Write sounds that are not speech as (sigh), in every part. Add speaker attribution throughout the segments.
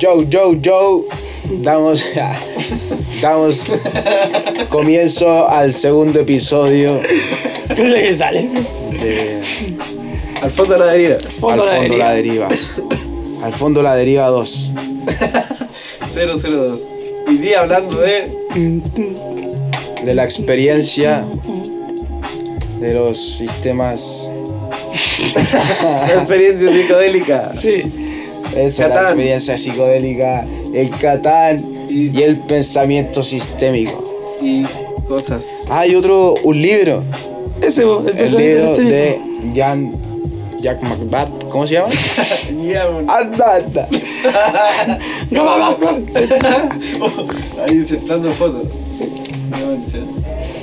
Speaker 1: Yo, yo, yo. Damos, damos comienzo al segundo episodio
Speaker 2: ¿Qué es lo que sale?
Speaker 1: de
Speaker 3: Al fondo de la deriva.
Speaker 2: Fondo
Speaker 1: Al
Speaker 2: la
Speaker 1: fondo
Speaker 2: deriva.
Speaker 1: la deriva. Al fondo la deriva 2.
Speaker 3: 002. Hoy día hablando de.
Speaker 1: De la experiencia de los sistemas.
Speaker 3: Experiencia psicodélica.
Speaker 2: Sí.
Speaker 1: Eso, la
Speaker 3: Catán.
Speaker 1: experiencia psicodélica, el Catán
Speaker 3: Y-
Speaker 1: y el pensamiento sistémico.
Speaker 3: Y cosas.
Speaker 1: Hay otro, un libro.
Speaker 2: Ese, po, el
Speaker 1: El
Speaker 2: pensamiento
Speaker 1: libro
Speaker 2: sistémico.
Speaker 1: de Jan. Jack McBath, ¿cómo se llama?
Speaker 3: Ya, bueno.
Speaker 1: Anda, anda.
Speaker 2: Gama, gama, gama.
Speaker 1: Ah.
Speaker 3: (laughs) Ahí insertando fotos. No, en serio.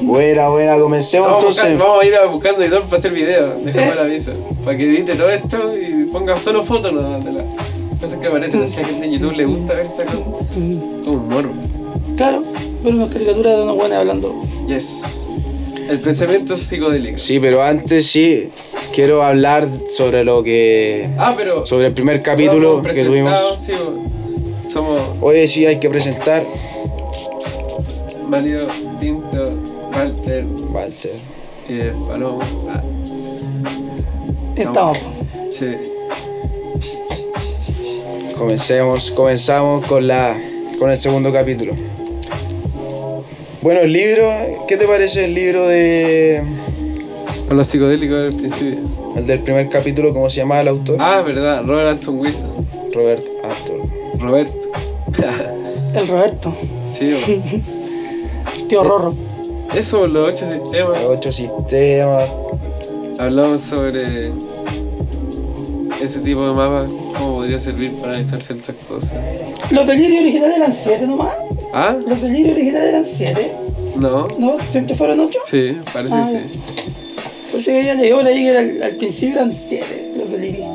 Speaker 1: Buena, buena, comencemos
Speaker 3: Vamos, a buscar-
Speaker 1: entonces.
Speaker 3: vamos a ir a buscando editor para hacer video, dejamos el aviso. Para que edite todo esto y ponga solo fotos nomás de las cosas que aparecen. así a la gente en YouTube le gusta ver esa cosa. Como un morbo.
Speaker 2: Claro, ver una caricatura de unos buenos hablando.
Speaker 3: Yes. El pensamiento psicodélico.
Speaker 1: Sí, pero antes sí, quiero hablar sobre lo que.
Speaker 3: Ah, pero.
Speaker 1: sobre el primer
Speaker 3: vamos
Speaker 1: capítulo que
Speaker 3: presentado,
Speaker 1: tuvimos.
Speaker 3: sí, bo- somos
Speaker 1: Hoy sí hay que presentar.
Speaker 3: Mario Pinto, Walter
Speaker 1: Walter.
Speaker 3: y Paloma. Ah,
Speaker 2: Estamos.
Speaker 3: sí.
Speaker 1: Comencemos, comenzamos con la. con el segundo capítulo. Bueno, el libro, ¿qué te parece el libro de.
Speaker 3: Con los psicodélicos al principio.
Speaker 1: el del primer capítulo, cómo se llamaba el autor?
Speaker 3: Ah, verdad, Robert Aston Wilson.
Speaker 1: Robert Astor.
Speaker 3: Roberto.
Speaker 2: El Roberto.
Speaker 3: sí, bo.
Speaker 2: Tío Rorro.
Speaker 3: Eso, los ocho sistemas.
Speaker 1: Los ocho sistemas.
Speaker 3: Hablamos sobre ese tipo de mapa, cómo podría servir para analizar ciertas cosas.
Speaker 2: Los delirios originales eran siete nomás.
Speaker 3: ¿Ah?
Speaker 2: Los delirios originales eran siete.
Speaker 3: ¿No?
Speaker 2: ¿No? ¿Siempre fueron ocho?
Speaker 3: Sí, parece
Speaker 2: Ah,
Speaker 3: que sí.
Speaker 2: Parece que ya llegó la que era al, al principio eran siete los delirios.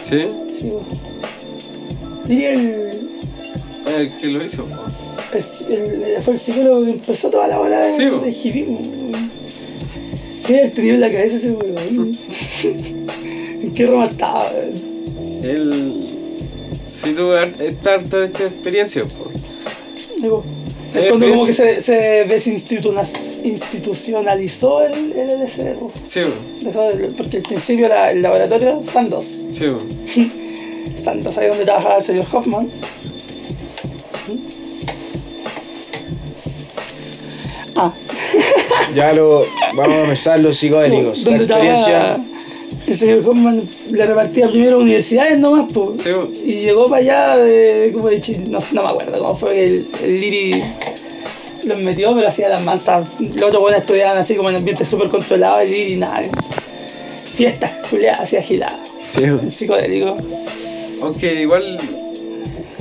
Speaker 3: ¿Sí?
Speaker 2: Sí, po. Diría el.
Speaker 3: El que lo hizo. po.
Speaker 2: El- el- eh, fue el psicólogo que empezó toda la bola de,
Speaker 3: Sí, po.
Speaker 2: de hipismo. ¿Qué mm. el tenido en la cabeza ese weón?
Speaker 3: Mm.
Speaker 2: ¿En (laughs) qué Roma estaba? weón?
Speaker 3: Él. Sí, tuvo har- esta harta de esta experiencia. po.
Speaker 2: Ahí, po. Es
Speaker 3: Eh,
Speaker 2: cuando
Speaker 3: pero
Speaker 2: como
Speaker 3: es-
Speaker 2: que se, se desinstitucionalizó el, el LSD. po.
Speaker 3: Sí, po.
Speaker 2: Dejó de- porque al principio la- el laboratorio Santos.
Speaker 3: sí. po.
Speaker 2: Santos ahí donde trabajaba el señor Hoffman. Ah,
Speaker 1: Ya lo. Vamos a comenzar los psicodélicos. La
Speaker 2: (laughs) ¿Dónde
Speaker 1: experiencia.
Speaker 2: estaba el señor Hoffman le repartía primero a universidades nomás, po.
Speaker 3: Sí, po.
Speaker 2: Y llegó para allá de, como de Chi- no, no me acuerdo cómo fue que el, el Liri los metió, pero hacía las mansas. Los otros buenos estudiaban así como en ambiente súper controlado, el Liri nada. Fiestas, Julia, hacía gilada.
Speaker 3: Sí, po.
Speaker 2: El psicodélico.
Speaker 3: Aunque igual.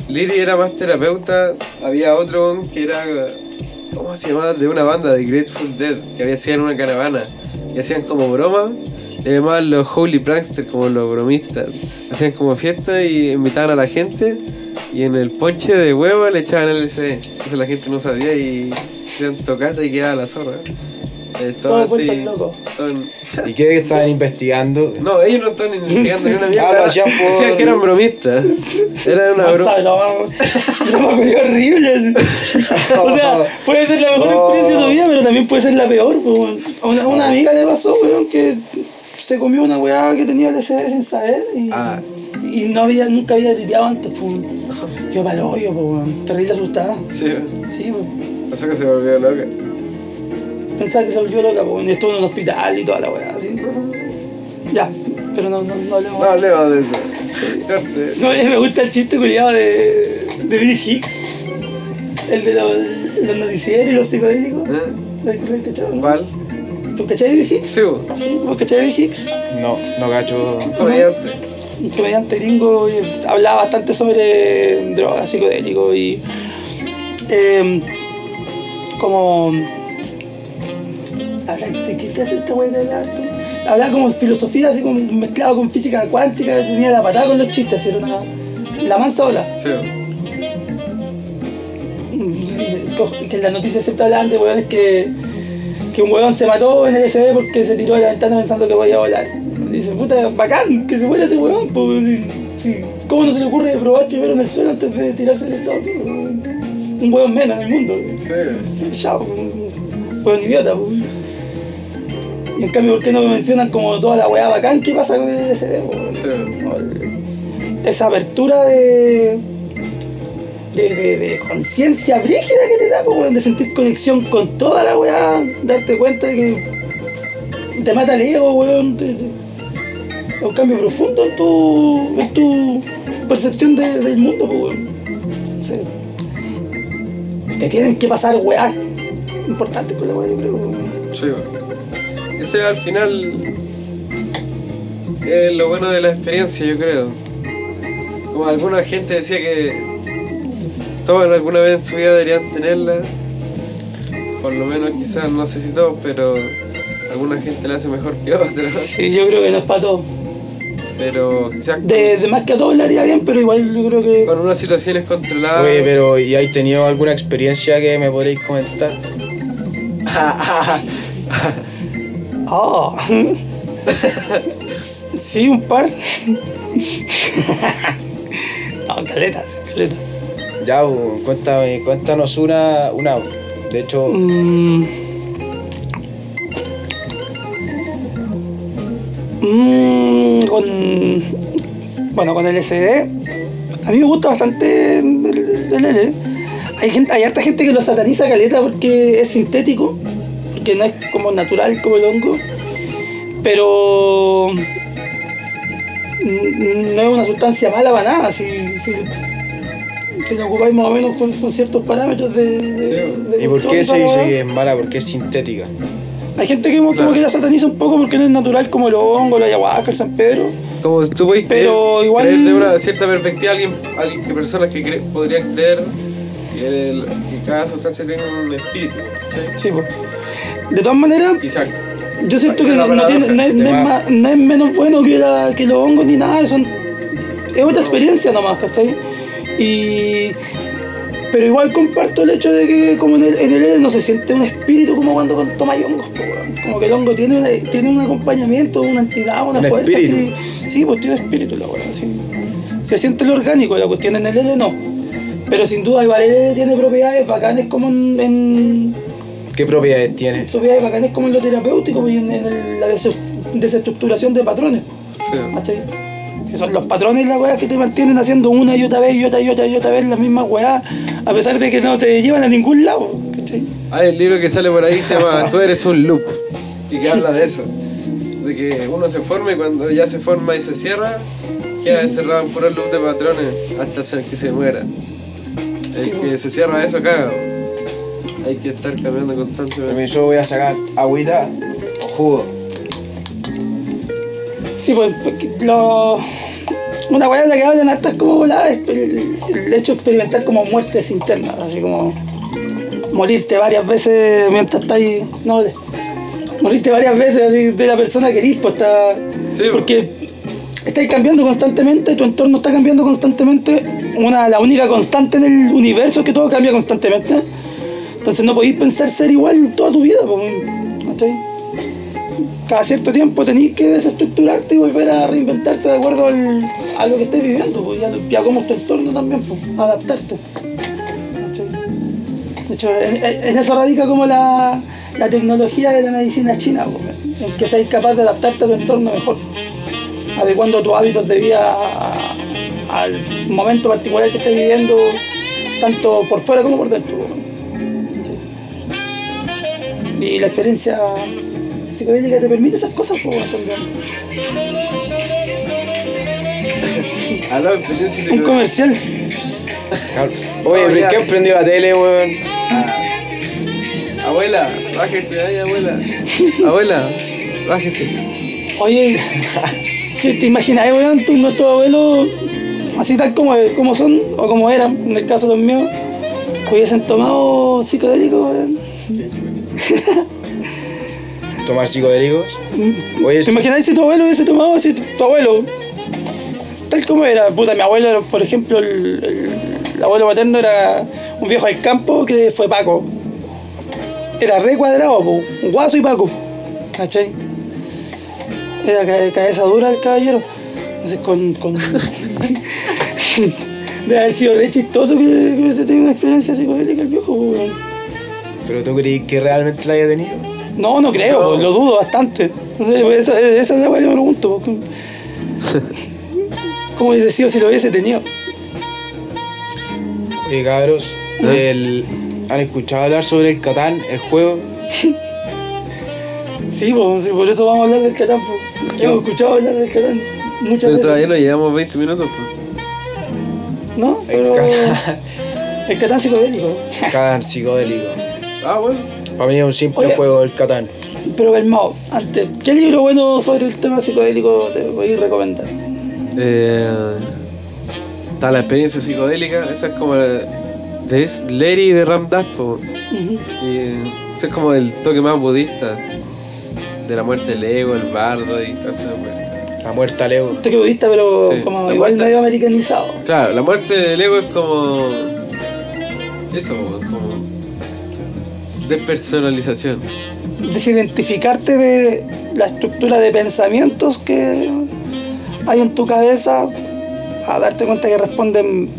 Speaker 3: Liri era más terapeuta, había otro que era. ¿Cómo se llamaba? De una banda de Grateful Dead, que había sido en una caravana. Y hacían como broma, le llamaban los Holy Pranksters, como los bromistas. Hacían como fiesta y invitaban a la gente. Y en el ponche de huevo le echaban LSD. Entonces la gente no sabía y hacían tocata y quedaba la zorra. Eh,
Speaker 2: Todos
Speaker 3: todo así.
Speaker 2: vueltos locos.
Speaker 3: todo en-
Speaker 1: ¿Y qué estaban investigando?
Speaker 3: No, ellos no están investigando ni una mierda.
Speaker 1: Ah, lo hacían por-
Speaker 3: (laughs) Decían que eran bromistas. Era una broma.
Speaker 2: Mansas, lo más horrible. así. O sea, puede ser la mejor
Speaker 1: No.
Speaker 2: experiencia de tu vida, pero también puede ser la peor. po, weón. A una, a una amiga le pasó, weón, que se comió una weá que tenía LSD sin saber y,
Speaker 3: Ah.
Speaker 2: y no había, nunca había tripeado antes. po, weón. Yo para el hoyo, po, weón. terrible asustada.
Speaker 3: Sí,
Speaker 2: Sí, po.
Speaker 3: pasó que se volvió loca.
Speaker 2: pensaba que se volvió loca, po, weón, y estuvo en un hospital y toda la weá. así. Ya, pero no, no, no hablemos.
Speaker 3: No hablemos de eso. Corte.
Speaker 2: No, eh, me gusta el chiste culiado de, de Bill Hicks. El de los, los noticieros y los psicodélicos.
Speaker 3: ¿Eh?
Speaker 2: ¿Lo has- lo has cachado, no?
Speaker 3: ¿Cuál?
Speaker 2: ¿Tú cachai Bill Hicks?
Speaker 3: Sí, bo.
Speaker 2: ¿Vos cachai Bill Hicks?
Speaker 1: No, no cacho.
Speaker 3: comediante.
Speaker 2: Un comediante gringo y hablaba bastante sobre drogas, psicodélicos y. em, como. Habla de qué está esta wea que hablaba harto? Hablaba como filosofía, así como mezclado con física cuántica, tenía la patada con los chistes, era una. La mansa ola.
Speaker 3: Sí, bo.
Speaker 2: que en las noticias siempre hablaban de weones que, que un weón se mató en el SD porque se tiró de la ventana pensando que podía volar. dice, puta, bacán, que se muera ese weón, po, si- si- ¿cómo no se le ocurre probar primero en el suelo antes de tirarse en el top? Un weón menos en el mundo.
Speaker 3: Sí.
Speaker 2: Sí, Ya, po, un weón idiota, po. Y en cambio, ¿por qué no mencionan como toda la weá bacán que pasa con el LSD, po?
Speaker 3: Sí.
Speaker 2: Como el- Esa apertura de. De, de- de conciencia brígida que te da, po, weón, de sentir conexión con toda la weá, darte cuenta de que te mata el ego, weón, te- te- un cambio profundo en tu, en tu percepción de- del mundo, po, weón. Sí. Te tienen que pasar weá importantes con la weá, yo creo. weón.
Speaker 3: Sí, bueno. Ese al final es lo bueno de la experiencia, yo creo. Como alguna gente decía que todos alguna vez en su vida deberían tenerla. Por lo menos quizás, no sé si todos, pero alguna gente la hace mejor que otra.
Speaker 2: Sí, yo creo que no es para todos.
Speaker 3: Pero quizás con-
Speaker 2: De, de más que a todos le haría bien, pero igual yo creo que.
Speaker 3: con unas situaciones controladas.
Speaker 1: Oye, pero ¿y hay tenido alguna experiencia que me podréis comentar?
Speaker 3: (laughs)
Speaker 2: Ah. sí, un par. no, caletas, caletas.
Speaker 1: Ya, bu, cuéntame, cuéntanos una, una. bu. De hecho,
Speaker 2: Mm. Mm, con. Bueno, con el SD. A mí me gusta bastante el, el- el LL. Hay, gente, hay harta gente que lo sataniza caleta porque es sintético, porque no es como natural como el hongo. Pero. mm, No es una sustancia mala para nada. Si, si, si lo ocupáis más o menos con, con ciertos parámetros de. de-
Speaker 3: Sí,
Speaker 2: de
Speaker 1: ¿y por
Speaker 2: control
Speaker 1: qué
Speaker 2: toda
Speaker 1: se
Speaker 2: la
Speaker 1: dice
Speaker 2: weá.
Speaker 1: que es mala? Porque es sintética.
Speaker 2: Hay gente que como
Speaker 3: Claro.
Speaker 2: que la sataniza un poco porque no es natural como el hongo, la ayahuasca, el San Pedro.
Speaker 3: Como tú puedes
Speaker 2: Pero
Speaker 3: creer,
Speaker 2: igual-
Speaker 3: creer de una cierta perspectiva alguien, alguien que personas que cre- podrían creer que, el- que cada sustancia tiene un espíritu. ¿sí?
Speaker 2: Sí, pues. De todas maneras,
Speaker 3: Quizás.
Speaker 2: yo siento
Speaker 3: Esa
Speaker 2: que
Speaker 3: es la
Speaker 2: no, no tiene-
Speaker 3: paradoja,
Speaker 2: no es,
Speaker 1: este
Speaker 2: no es
Speaker 1: más.
Speaker 2: ma- no es menos bueno que, la, que los hongos ni nada, son, es otra experiencia nomás, ¿cachai? Y, pero igual comparto el hecho de que como en el, en el Edén no se siente un espíritu como cuando con- tomas hongos, po, weón. como que el hongo tiene, una- tiene un acompañamiento, una entidad, una
Speaker 1: Un
Speaker 2: fuerza.
Speaker 1: espíritu.
Speaker 2: así. sí, pues tiene espíritu la weá, sí. Se siente lo orgánico, la cuestión en el L no. Pero sin duda igual LL tiene propiedades bacanes como en- en
Speaker 1: ¿Qué propiedades tiene?
Speaker 2: propiedades bacanes como en lo terapéutico pues, y en, en la des- desestructuración de patrones.
Speaker 3: Sí.
Speaker 2: ¿cachai? Que son los patrones las weas que te mantienen haciendo una y otra vez y otra y otra y otra vez las mismas weas, a pesar de que no te llevan a ningún lado. ¿cachai?
Speaker 3: Hay el libro que sale por ahí
Speaker 2: (laughs)
Speaker 3: se llama Tú eres un loop. Y que habla de eso. De que uno se forma y cuando ya se forma y se cierra, queda encerrado en puro loop de patrones hasta hacer que se muera. El que se cierra eso caga. Hay que estar cambiando constantemente.
Speaker 1: Yo voy a sacar agüita o jugo.
Speaker 2: Sí, pues porque lo- una wea de la que hablan hartas como voladas es el, el hecho de experimentar como muertes internas, así como morirte varias veces mientras estás ahí. No, de- morirte varias veces así, de la persona que eres, pues está.
Speaker 3: Sí,
Speaker 2: porque estáis cambiando constantemente, tu entorno está cambiando constantemente. Una, la única constante en el universo es que todo cambia constantemente. Entonces no podéis pensar ser igual toda tu vida, pues, ¿cachai? cada cierto tiempo tenéis que desestructurarte y volver a reinventarte de acuerdo al- a lo que estés viviendo, pues, y a, lo- y a cómo es tu entorno también, pues, adaptarte. ¿Cachai? De hecho, en, en- en eso radica como la, la tecnología de la medicina china, pues, en que seas capaz de adaptarte a tu entorno mejor, adecuando tus hábitos de vida a- al momento particular que estés viviendo, tanto por fuera como por dentro. pues. Y la experiencia psicodélica te permite esas cosas, pues, weón, también.
Speaker 3: Aló, experiencia
Speaker 2: Un
Speaker 3: psicológica.
Speaker 2: comercial.
Speaker 1: Oye,
Speaker 3: Oh,
Speaker 1: ¿por
Speaker 3: ya.
Speaker 1: qué prendió la tele, weón?
Speaker 3: Abuela, bájese, ay abuela. Abuela, bájese.
Speaker 2: Oye, ¿te, te imaginas, eh, weón, tú, nuestros abuelos, así tal como, como son, o como eran, en el caso de los míos, hubiesen tomado psicodélicos, weón?
Speaker 1: ¿Tomar psicodélicos? Oye,
Speaker 2: ¿Te
Speaker 1: esto-
Speaker 2: imagináis si tu abuelo hubiese tomado así, tu abuelo? Tal como era, puta, mi abuelo, era, por ejemplo, el, el- el abuelo paterno era un viejo del campo que fue Paco. Era re cuadrado, po, guaso y Paco. ¿Cachai? Era ca- cabeza dura el caballero. Entonces con. con... (laughs) de haber sido re chistoso que, que se tenga una experiencia psicodélica el viejo, pues, weón.
Speaker 1: ¿Pero tú crees que realmente la haya tenido?
Speaker 2: No, no creo,
Speaker 3: No.
Speaker 2: pues, lo dudo bastante. Entonces, pues, esa, esa es la weá que me pregunto. pues, ¿cómo- ¿Cómo hubiese sido si lo hubiese tenido?
Speaker 1: Oye, cabros, el- ¿han escuchado hablar sobre el Catán, el juego?
Speaker 2: Sí, pues, sí, por eso vamos a hablar del Catán. pues.
Speaker 1: ¿Qué?
Speaker 2: Hemos escuchado hablar del Catán muchas
Speaker 3: Pero
Speaker 2: veces.
Speaker 3: todavía no llevamos 20 minutos. pues.
Speaker 2: No,
Speaker 1: El
Speaker 2: pero.
Speaker 1: Catán, (laughs)
Speaker 2: El Catán psicodélico.
Speaker 1: Catán psicodélico.
Speaker 3: Ah, bueno.
Speaker 1: Para mí es un simple
Speaker 2: Oye.
Speaker 1: juego el Catán.
Speaker 2: Pero calmado, antes, ¿qué libro bueno sobre el tema psicodélico te voy a recomendar?
Speaker 3: Eh, está la experiencia psicodélica. Esa es como la. De es Larry de Ramdas. po.
Speaker 2: Ujú.
Speaker 3: Y eh, ese es como el toque más budista. De la muerte del ego, el bardo y todo eso.
Speaker 1: La muerte al ego.
Speaker 2: Este que budista, pero
Speaker 3: Sí.
Speaker 2: como
Speaker 3: La
Speaker 2: igual
Speaker 3: vuelta-
Speaker 2: medio americanizado.
Speaker 3: Claro, la muerte del ego es como. Eso, po, como. Despersonalización.
Speaker 2: Desidentificarte de la estructura de pensamientos que hay en tu cabeza a darte cuenta que responden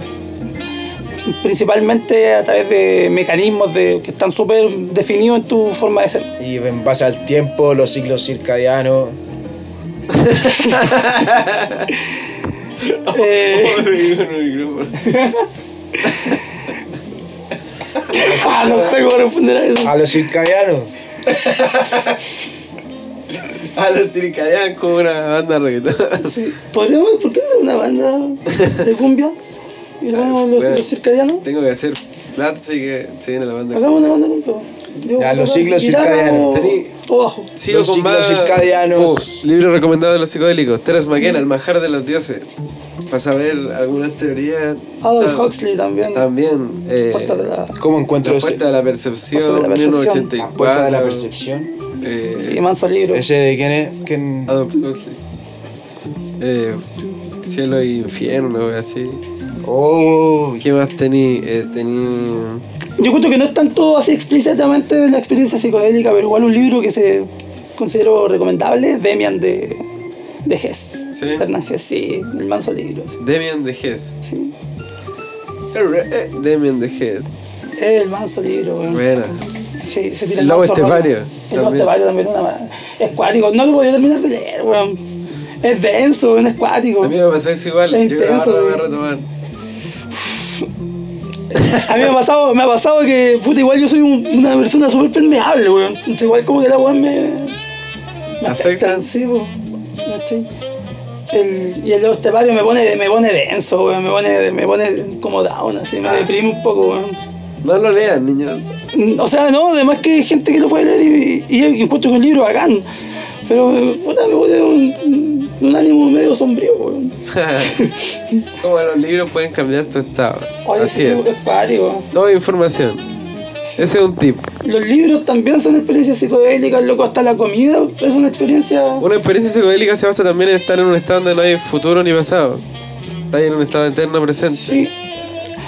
Speaker 2: principalmente a través de mecanismos de, que están súper definidos en tu forma
Speaker 1: (laughs)
Speaker 2: de ser.
Speaker 1: Y en base al tiempo, los ciclos circadianos.
Speaker 2: Eh, (laughs) ah, no sé cómo responder a eso.
Speaker 1: A los circadianos.
Speaker 3: (laughs) A los circadianos como una banda reggaetón. (laughs)
Speaker 2: Sí. ¿Podríamos, ¿Por qué no es una banda de
Speaker 1: (laughs)
Speaker 2: cumbia? Y luego los, los circadianos.
Speaker 3: Tengo que hacer plata, así que se viene la banda.
Speaker 2: Hagamos una banda de cumbia. Yo-
Speaker 1: Ya, los ciclos
Speaker 2: Tirana
Speaker 1: circadianos.
Speaker 2: o-
Speaker 3: Tení-
Speaker 2: O bajo.
Speaker 3: Sigo
Speaker 1: Los
Speaker 3: con
Speaker 1: ciclos
Speaker 3: más-
Speaker 1: circadianos.
Speaker 3: Oh, libro recomendado de los psicodélicos. Teres McKenna, El manjar de los dioses. Para saber algunas teorías.
Speaker 2: Adolf
Speaker 3: Está-
Speaker 2: Huxley también.
Speaker 3: También. Eh,
Speaker 2: Oh, Puerta de la-
Speaker 1: ¿Cómo encuentro
Speaker 3: la
Speaker 1: ese?
Speaker 3: puerta de la percepción,
Speaker 2: Puerta de la percepción.
Speaker 1: La puerta de la
Speaker 3: 1984.
Speaker 1: percepción.
Speaker 3: eh,
Speaker 2: Sí, manso libro.
Speaker 1: ¿Ese de quién es? ¿Quién?
Speaker 3: Adolf Huxley. Eh, cielo y infierno, algo así.
Speaker 1: Oh,
Speaker 3: ¿Qué más tení? Eh, tení.
Speaker 2: Yo cuento que no es tanto así explícitamente de la experiencia psicodélica, pero igual un libro que se considero recomendable es Demian de, de Hess.
Speaker 3: Sí.
Speaker 2: Hernán Hess, sí, el manso libro.
Speaker 3: Demian de Hess.
Speaker 2: Sí.
Speaker 3: Demian de Hess.
Speaker 2: El manso libro, weón.
Speaker 3: Buena.
Speaker 2: Sí, se tira
Speaker 3: El lobo
Speaker 2: mazo rollo.
Speaker 3: estepario,
Speaker 2: El lobo
Speaker 3: también.
Speaker 2: estepario también es una mala. Es cuático, no lo podía terminar de leer, weón. Es denso, weón, es cuático.
Speaker 3: A mí me pasó eso igual.
Speaker 2: Es
Speaker 3: Yo creo que
Speaker 2: intenso, eh.
Speaker 3: ahora lo voy a
Speaker 2: güey.
Speaker 3: retomar.
Speaker 2: A mí me ha pasado, me ha pasado que, puta, igual yo soy un- una persona súper permeable, weón. Entonces, igual como que la weón me. me
Speaker 3: ¿Afecta?
Speaker 2: Sí, po. ¿Cachai? El, y el lobo estepario me pone, me pone denso, weón. Me pone, me pone como down, así.
Speaker 3: Ah.
Speaker 2: Me deprime un poco, weón.
Speaker 3: No lo lean, niños. (laughs)
Speaker 2: Mm, O sea, no, además que hay gente que lo puede leer y, y, y encuentro que un libro bacán. Pero eh, puta, me pone un, un ánimo medio sombrío, weón.
Speaker 3: Como los libros pueden cambiar tu estado.
Speaker 2: Oye,
Speaker 3: Así
Speaker 2: ese libro
Speaker 3: es.
Speaker 2: cuático.
Speaker 3: Toda información. Ese es un tip.
Speaker 2: Los libros también son experiencias psicodélicas, loco, hasta la comida es una experiencia.
Speaker 3: Una experiencia psicodélica se basa también en estar en un estado donde no hay futuro ni pasado. Estás en un estado eterno presente.
Speaker 2: Sí.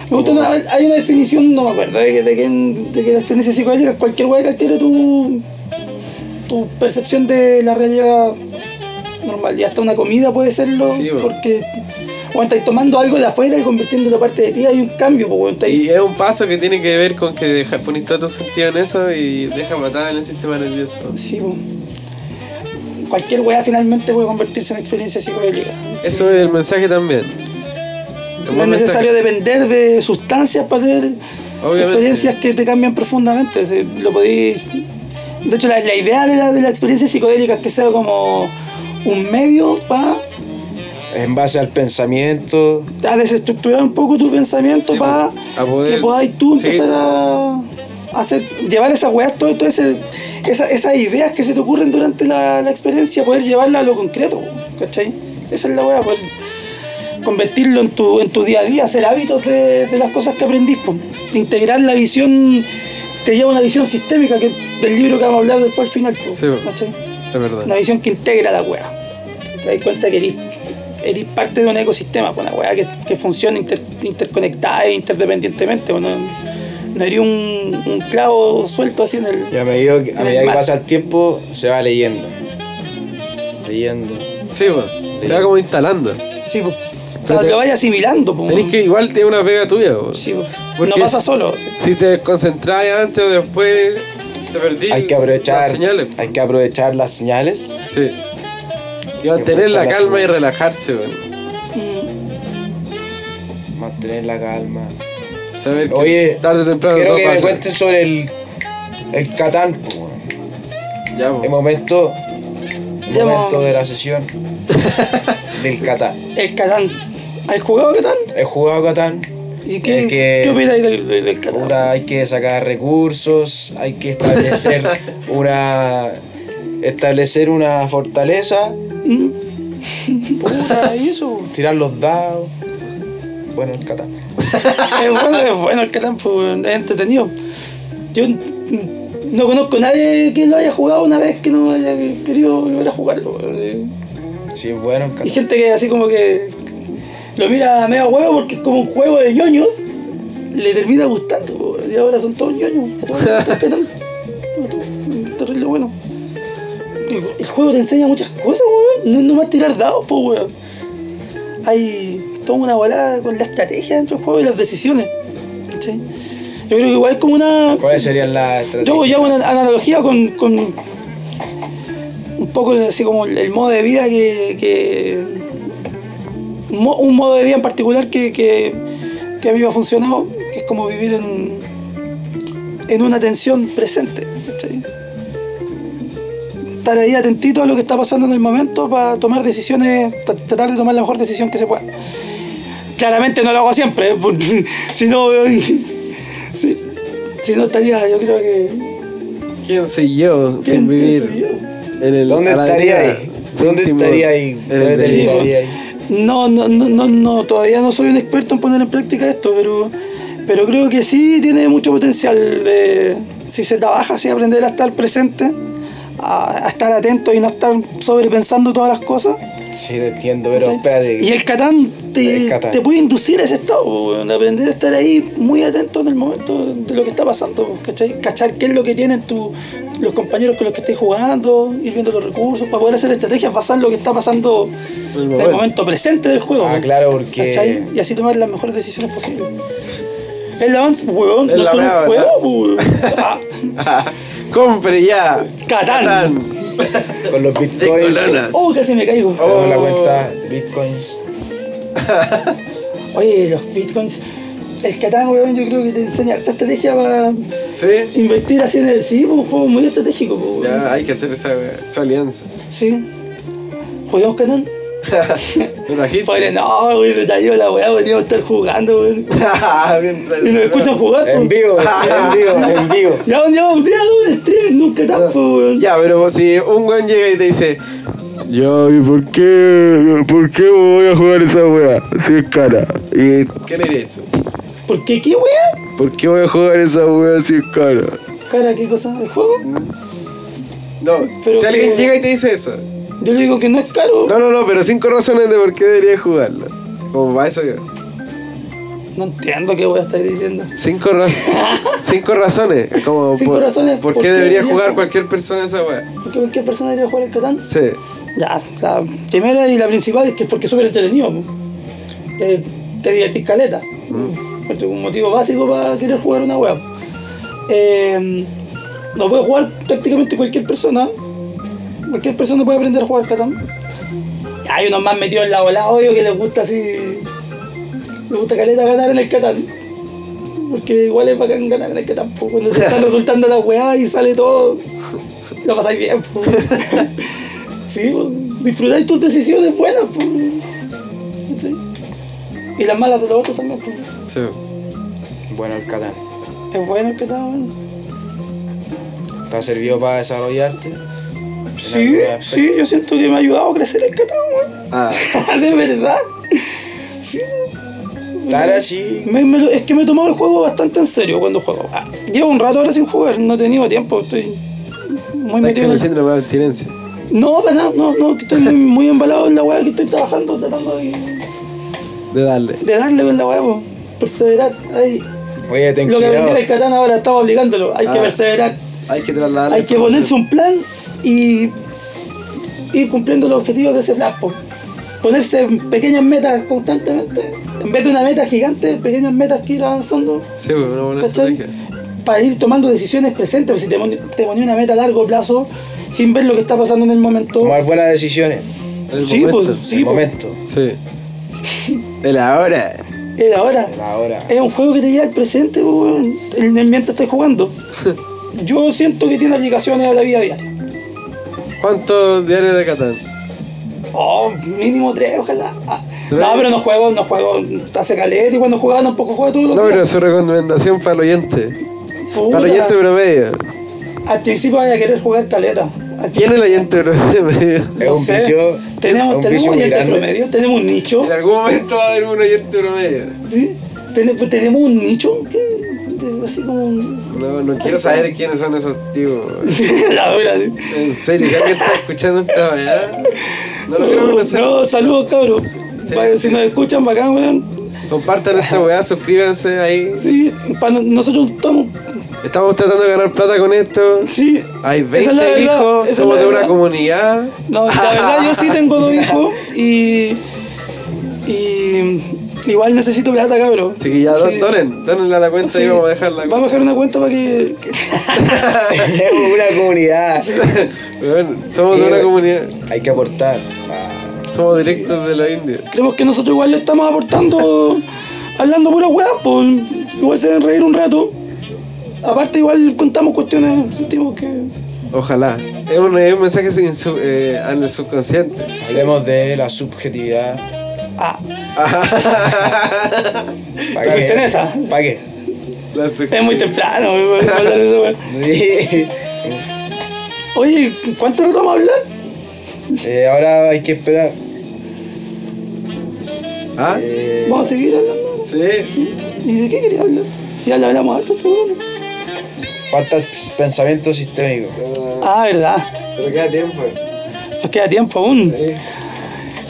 Speaker 2: Me gusta una, hay una definición, no me acuerdo, de que, de que- de que la experiencia psicodélica es cualquier weá que altere tu, tu percepción de la realidad normal. Y hasta una comida puede serlo,
Speaker 3: Sí, weón.
Speaker 2: porque bueno, estáis tomando algo de afuera y convirtiéndolo parte de ti, hay un cambio, pues, weón, estáis-
Speaker 3: Y es un paso que tiene que ver con que deja, pones todo tu sentido en eso y deja patada en el sistema nervioso.
Speaker 2: Sí, pues. Cualquier weá finalmente puede convertirse en experiencia psicodélica.
Speaker 3: Eso es el mensaje también. Es
Speaker 2: No es
Speaker 3: buen mensaje.
Speaker 2: necesario depender de sustancias para tener
Speaker 3: Obviamente.
Speaker 2: experiencias que te cambian profundamente. Se- Lo podí- De hecho, la, la idea de la, de la experiencia psicodélica es que sea como un medio para
Speaker 1: en base al pensamiento.
Speaker 2: desestructurar un poco tu pensamiento
Speaker 3: Sí,
Speaker 2: para
Speaker 3: a poder-
Speaker 2: que podáis tú
Speaker 3: sí.
Speaker 2: empezar a hacer, llevar esas weas, todo, todo ese- esa- esas ideas que se te ocurren durante la, la experiencia, poder llevarla a lo concreto, ¿cachai? Esa es la wea, poder convertirlo en tu, en tu día a día, hacer hábitos de, de las cosas que aprendís, po. integrar la visión, te lleva a una visión sistémica que, del libro que vamos a hablar después al final, po,
Speaker 3: Sí.
Speaker 2: ¿cachai?
Speaker 3: Es verdad.
Speaker 2: Una visión que integra la weá. Te das cuenta que eres, eres parte de un ecosistema, pues, una weá que, que funciona inter- interconectada e interdependientemente. pues, no, no eres un, un clavo suelto así en el.
Speaker 1: Y a medida que, a
Speaker 2: En el
Speaker 1: medida que
Speaker 2: mar.
Speaker 1: pasa el tiempo, se va leyendo. leyendo.
Speaker 3: Sí, po. Se va como instalando.
Speaker 2: Sí, po. O sea,
Speaker 3: Pero te-
Speaker 2: te vayas asimilando, po.
Speaker 3: Tenés que igual te una pega tuya, po.
Speaker 2: Sí, po.
Speaker 3: Porque
Speaker 2: No pasa
Speaker 3: es-
Speaker 2: solo.
Speaker 3: Si te desconcentrás antes o después, te perdí
Speaker 1: Hay que
Speaker 3: las
Speaker 1: aprovechar,
Speaker 3: señales. po.
Speaker 1: hay que aprovechar las señales.
Speaker 3: Sí. Y mantener la calma y relajarse, po.
Speaker 1: Mantener la calma.
Speaker 3: Saber que
Speaker 1: Oye,
Speaker 3: tarde o temprano
Speaker 1: quiero
Speaker 3: todo
Speaker 1: que me
Speaker 3: pasa.
Speaker 1: cuenten sobre el, el Catán, po, weón.
Speaker 3: Ya, po.
Speaker 1: El momento, el
Speaker 2: Ya,
Speaker 1: momento
Speaker 2: mo-
Speaker 1: de la sesión del Catán.
Speaker 2: El Catán. ¿Has jugado Catán?
Speaker 1: He jugado Catán.
Speaker 2: ¿Y qué,
Speaker 1: Es que-
Speaker 2: qué opináis del, del, del Catán?
Speaker 1: Puta, hay que sacar recursos, hay que
Speaker 2: (laughs)
Speaker 1: establecer una establecer una fortaleza.
Speaker 2: ¿Mm?
Speaker 1: Puta, y eso, tirar los dados. Bueno, el Catán.
Speaker 2: es (laughs) bueno, es bueno el Catán, pues, weón, es entretenido. Yo mm, no conozco a nadie que lo haya jugado una vez que no haya querido volver a jugarlo. weón, eh.
Speaker 1: Sí, es bueno el
Speaker 2: Hay
Speaker 1: Catán.
Speaker 2: gente que así como que lo mira a medio huevo porque es como un juego de ñoños, le termina gustando. po, Y ahora son todos ñoños. a todos les gusta el Catán. (laughs) Terrible bueno. El- El juego te enseña muchas cosas, weón. No es nomás tirar dados, po, weón. Hay toda una volada con la estrategia dentro del juego y las decisiones. ¿cachai? Yo creo que igual como una
Speaker 1: ¿Cuáles serían las estrategias?
Speaker 2: yo, yo hago una analogía con, con un poco así como el el modo de vida que. que- un mo- un modo de vida en particular que, que- que a mí me ha funcionado, que es como vivir en, en una atención presente. ¿cachai? Estar ahí atentito a lo que está pasando en el momento para tomar decisiones, tra- tratar de tomar la mejor decisión que se pueda. Claramente no lo hago siempre, (laughs) ¿eh? Por- si no, (laughs) si- si no estaría, yo creo que
Speaker 3: ¿Quién soy yo sin
Speaker 2: ¿Quién
Speaker 3: vivir?
Speaker 2: soy yo?
Speaker 3: En el,
Speaker 1: ¿Dónde
Speaker 3: a la
Speaker 1: estaría
Speaker 3: deriva,
Speaker 1: ahí?
Speaker 3: sin
Speaker 1: ¿Dónde
Speaker 3: timón,
Speaker 1: estaría ahí?
Speaker 3: en el
Speaker 1: ¿Dónde
Speaker 3: delirio.
Speaker 1: terminaría ahí?
Speaker 2: No, no, no, no, no, todavía no soy un experto en poner en práctica esto, pero, pero creo que sí tiene mucho potencial. eh, si se trabaja así, aprender a estar presente, a, a estar atento y no estar sobrepensando todas las cosas.
Speaker 1: Sí, te entiendo, pero
Speaker 2: ¿cachai?
Speaker 1: espérate.
Speaker 2: Y el Catán te,
Speaker 1: El Catán.
Speaker 2: te puede inducir a ese estado, po, weón, de aprender a estar ahí muy atento en el momento de lo que está pasando, po, ¿cachai? Cachar qué es lo que tienen tu- los compañeros con los que estés jugando, ir viendo los recursos, para poder hacer estrategias basadas en lo que está pasando en
Speaker 3: El
Speaker 2: el
Speaker 3: momento.
Speaker 2: momento presente del juego.
Speaker 1: Ah,
Speaker 2: po,
Speaker 1: claro, porque-
Speaker 2: ¿cachai? Y así tomar las mejores decisiones posibles. El avance, weón,
Speaker 3: Es
Speaker 2: no
Speaker 3: la
Speaker 2: es solo
Speaker 3: wea,
Speaker 2: un
Speaker 3: ¿verdad?
Speaker 2: juego, po, weón. Ah,
Speaker 3: (laughs) Compre ya.
Speaker 2: Catán.
Speaker 1: Con los
Speaker 3: De
Speaker 1: bitcoins.
Speaker 3: colonas.
Speaker 2: Oh, casi me caigo.
Speaker 1: Tenemos la
Speaker 3: Oh.
Speaker 1: cuenta de bitcoins.
Speaker 2: Oye, los bitcoins. El Catán, weón, yo creo que te enseña esta estrategia para
Speaker 3: Sí.
Speaker 2: invertir así en el sí, pues, un juego muy estratégico, pues, weón.
Speaker 3: Ya hay que hacer esa su alianza.
Speaker 2: Sí. ¿Juguemos Catán?
Speaker 3: Una hit.
Speaker 2: Pobre, no, güey, se cayó la weá, podríamos estar jugando, weón.
Speaker 3: (laughs) Mientras-
Speaker 2: Y nos escuchan jugar,
Speaker 1: En
Speaker 2: pues.
Speaker 1: vivo, en vivo,
Speaker 2: (laughs)
Speaker 1: en vivo.
Speaker 2: Ya un día, un día, un stream, nunca tan, pues, weón.
Speaker 3: Ya, pero si un weón llega y te dice, yo, ¿y por qué? ¿Por qué voy a jugar esa weá? Si es cara. ¿Y qué le dirías tú?
Speaker 2: ¿Por qué qué weá?
Speaker 3: ¿Por qué voy a jugar esa weá si es cara?
Speaker 2: Cara, ¿qué cosa? ¿El juego?
Speaker 3: Mm. No,
Speaker 2: Pero
Speaker 3: si alguien
Speaker 2: que-
Speaker 3: llega y te dice eso.
Speaker 2: Yo le digo que no es caro.
Speaker 3: No, no, no, pero cinco razones de por qué deberías jugarlo. Como va eso yo.
Speaker 2: No entiendo qué weá estáis diciendo.
Speaker 3: Cinco, raz-
Speaker 2: (laughs)
Speaker 3: cinco razones. Como
Speaker 2: Cinco
Speaker 3: por,
Speaker 2: razones
Speaker 3: ¿Por
Speaker 2: por
Speaker 3: qué
Speaker 2: qué
Speaker 3: debería
Speaker 2: debería
Speaker 3: jugar
Speaker 2: jugar.
Speaker 3: cualquier persona esa weá?
Speaker 2: ¿Por qué cualquier persona debería jugar el Catán?
Speaker 3: Sí.
Speaker 2: Ya, la primera y la principal es que es porque es súper entretenido. po. Te, te divertís caleta. Esto es un motivo básico para querer jugar una web. lo puede jugar prácticamente cualquier persona. Cualquier persona puede aprender a jugar Catán. Hay unos más metidos en la bola, obvio, que les gusta así. Les gusta caleta ganar en el Catán. Porque igual es bacán ganar en el Catán. po. Cuando te están resultando las weas y sale todo, lo pasáis bien. po. Sí, pues, disfrutáis tus decisiones buenas, pues. ¿Cachai? Y las malas de los otros también, pues.
Speaker 3: Sí.
Speaker 1: Bueno, el Catán.
Speaker 2: Es bueno que tal, bueno.
Speaker 1: ¿Te ha servido para desarrollarte?
Speaker 2: Sí, sí, yo siento que me ha ayudado a crecer el catán, weón.
Speaker 3: Ah.
Speaker 2: (laughs) de verdad.
Speaker 1: Estar así.
Speaker 2: Me- me lo- es que me he tomado el juego bastante en serio cuando juego. Ah, llevo un rato ahora sin jugar, no he tenido tiempo, estoy muy metido
Speaker 3: Estás
Speaker 2: en
Speaker 3: con el
Speaker 2: el
Speaker 3: síndrome de abstinencia.
Speaker 2: No, para nada, no, no, estoy muy, muy embalado en la weá que estoy trabajando, tratando de,
Speaker 3: De darle.
Speaker 2: de darle con la weá, pues. Perseverar, ahí.
Speaker 1: Oye, ten
Speaker 2: Lo que
Speaker 1: cuidado.
Speaker 2: vendía el catán ahora estaba obligándolo, hay que
Speaker 3: Ah.
Speaker 2: perseverar.
Speaker 3: Hay que trasladar. la
Speaker 2: Hay que
Speaker 3: información.
Speaker 2: ponerse un plan y ir cumpliendo los objetivos de ese plan. po. Ponerse pequeñas metas constantemente, en vez de una meta gigante, pequeñas metas que ir avanzando.
Speaker 3: Sí, pues, una buena
Speaker 2: ¿cachai?
Speaker 3: estrategia.
Speaker 2: Para ir tomando decisiones presentes, pues si te pon- te pones una meta a largo plazo, sin ver lo que está pasando en el momento.
Speaker 1: Tomar buenas decisiones.
Speaker 3: El
Speaker 2: sí,
Speaker 3: momento.
Speaker 2: pues,
Speaker 1: el
Speaker 2: sí, pues,
Speaker 1: momento.
Speaker 3: Sí.
Speaker 2: (laughs)
Speaker 3: El ahora.
Speaker 2: el ahora.
Speaker 1: Ahora.
Speaker 2: (laughs) Es un juego que te lleva al presente, pues, weón, en el mientras estás
Speaker 3: (laughs)
Speaker 2: jugando. Yo siento que tiene aplicaciones a la vida diaria.
Speaker 3: ¿Cuántos diarios de Catán?
Speaker 2: Oh, mínimo tres, ojalá. Ah,
Speaker 3: ¿Tres?
Speaker 2: No, pero no juego, no juego. Hace caleta y cuando jugaba tampoco jugaba todos los
Speaker 3: No, pero
Speaker 2: días.
Speaker 3: su recomendación para el oyente.
Speaker 2: Puta,
Speaker 3: Para el oyente promedio.
Speaker 2: Al principio vaya a querer jugar caleta. Al-
Speaker 3: ¿Quién es el oyente promedio?
Speaker 1: Es
Speaker 2: no
Speaker 1: un
Speaker 2: sé.
Speaker 1: vicio. es
Speaker 2: Tenemos,
Speaker 1: un
Speaker 2: tenemos
Speaker 1: vicio
Speaker 2: un
Speaker 1: muy
Speaker 2: oyente
Speaker 1: grande.
Speaker 2: promedio, tenemos un nicho.
Speaker 3: En algún momento va a haber un oyente promedio.
Speaker 2: ¿sí? Tene- pues, Tenemos un nicho. que- de- Así como un... (laughs)
Speaker 3: No, no quiero saber quiénes son esos tíos.
Speaker 2: la hora. ¿sí?
Speaker 3: En serio, ¿alguien está escuchando esta weá? No lo quiero conocer.
Speaker 2: No, saludos, cabros.
Speaker 3: Sí.
Speaker 2: Vaya, Si nos escuchan, bacán, weón.
Speaker 3: Compartan esta weá, suscríbanse ahí.
Speaker 2: Sí, pa- nosotros estamos.
Speaker 3: Estamos tratando de ganar plata con esto.
Speaker 2: Sí.
Speaker 3: Hay
Speaker 2: esa es la
Speaker 3: 20
Speaker 2: verdad, esa
Speaker 3: hijos,
Speaker 2: es
Speaker 3: somos
Speaker 2: la
Speaker 3: de una
Speaker 2: verdad.
Speaker 3: comunidad.
Speaker 2: No, la verdad, yo sí tengo dos hijos y. Y. Igual necesito plata, cabrón.
Speaker 3: Así que ya
Speaker 2: Sí.
Speaker 3: don- donen, donenla a la cuenta y
Speaker 2: Sí.
Speaker 3: vamos a dejarla.
Speaker 2: Vamos a dejar una cuenta para que.
Speaker 1: (laughs) Es una comunidad.
Speaker 3: Bueno, somos de una
Speaker 1: Sí.
Speaker 3: comunidad.
Speaker 1: Hay que aportar. Ah.
Speaker 3: Somos directos de la India.
Speaker 2: Creemos que nosotros igual le estamos aportando. hablando pura weá, pues. Igual se deben reír un rato. Aparte, igual contamos cuestiones, sentimos que.
Speaker 3: Ojalá. Es un, es un mensaje sin su- eh, al (laughs) subconsciente.
Speaker 1: Hablemos de la subjetividad.
Speaker 2: Ah,
Speaker 1: ¿Para
Speaker 2: ¿Te fuiste en esa?
Speaker 1: ¿Para qué? (laughs)
Speaker 3: La
Speaker 2: es muy temprano, (laughs) weón, para hablar de eso, weón.
Speaker 1: Sí.
Speaker 2: Oye, ¿cuánto rato vamos a hablar?
Speaker 1: Eh, ahora hay que esperar.
Speaker 3: ¿Ah?
Speaker 1: Eh,
Speaker 2: Vamos a seguir hablando.
Speaker 3: Sí.
Speaker 2: ¿Y de qué quería hablar? Si ya le hablamos harto, este weón.
Speaker 1: falta pensamiento sistémico.
Speaker 2: Ah, verdad.
Speaker 3: Pero queda tiempo.
Speaker 2: Nos queda tiempo aún.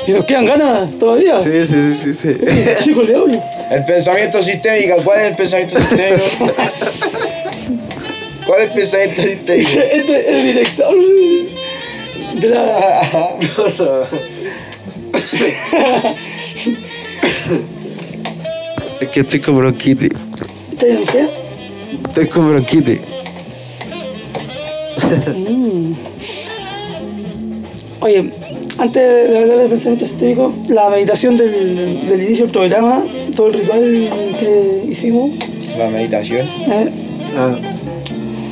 Speaker 2: Y nos quedan ganas todavía.
Speaker 3: Sí, sí, sí, sí. sí.
Speaker 2: (laughs) Chico, le hablo.
Speaker 1: El pensamiento sistémico. ¿Cuál es el pensamiento sistémico?
Speaker 3: (laughs)
Speaker 1: ¿Cuál es el pensamiento sistémico? (laughs)
Speaker 2: Este es el director de la.
Speaker 3: Es que estoy con bronquitis.
Speaker 2: ¿Está en qué?
Speaker 3: Estoy con bronquitis.
Speaker 2: Oye, antes de hablar del pensamiento sistémico, la meditación del, del inicio del programa, todo el ritual que hicimos,
Speaker 1: La meditación.
Speaker 2: eh,
Speaker 3: Ah,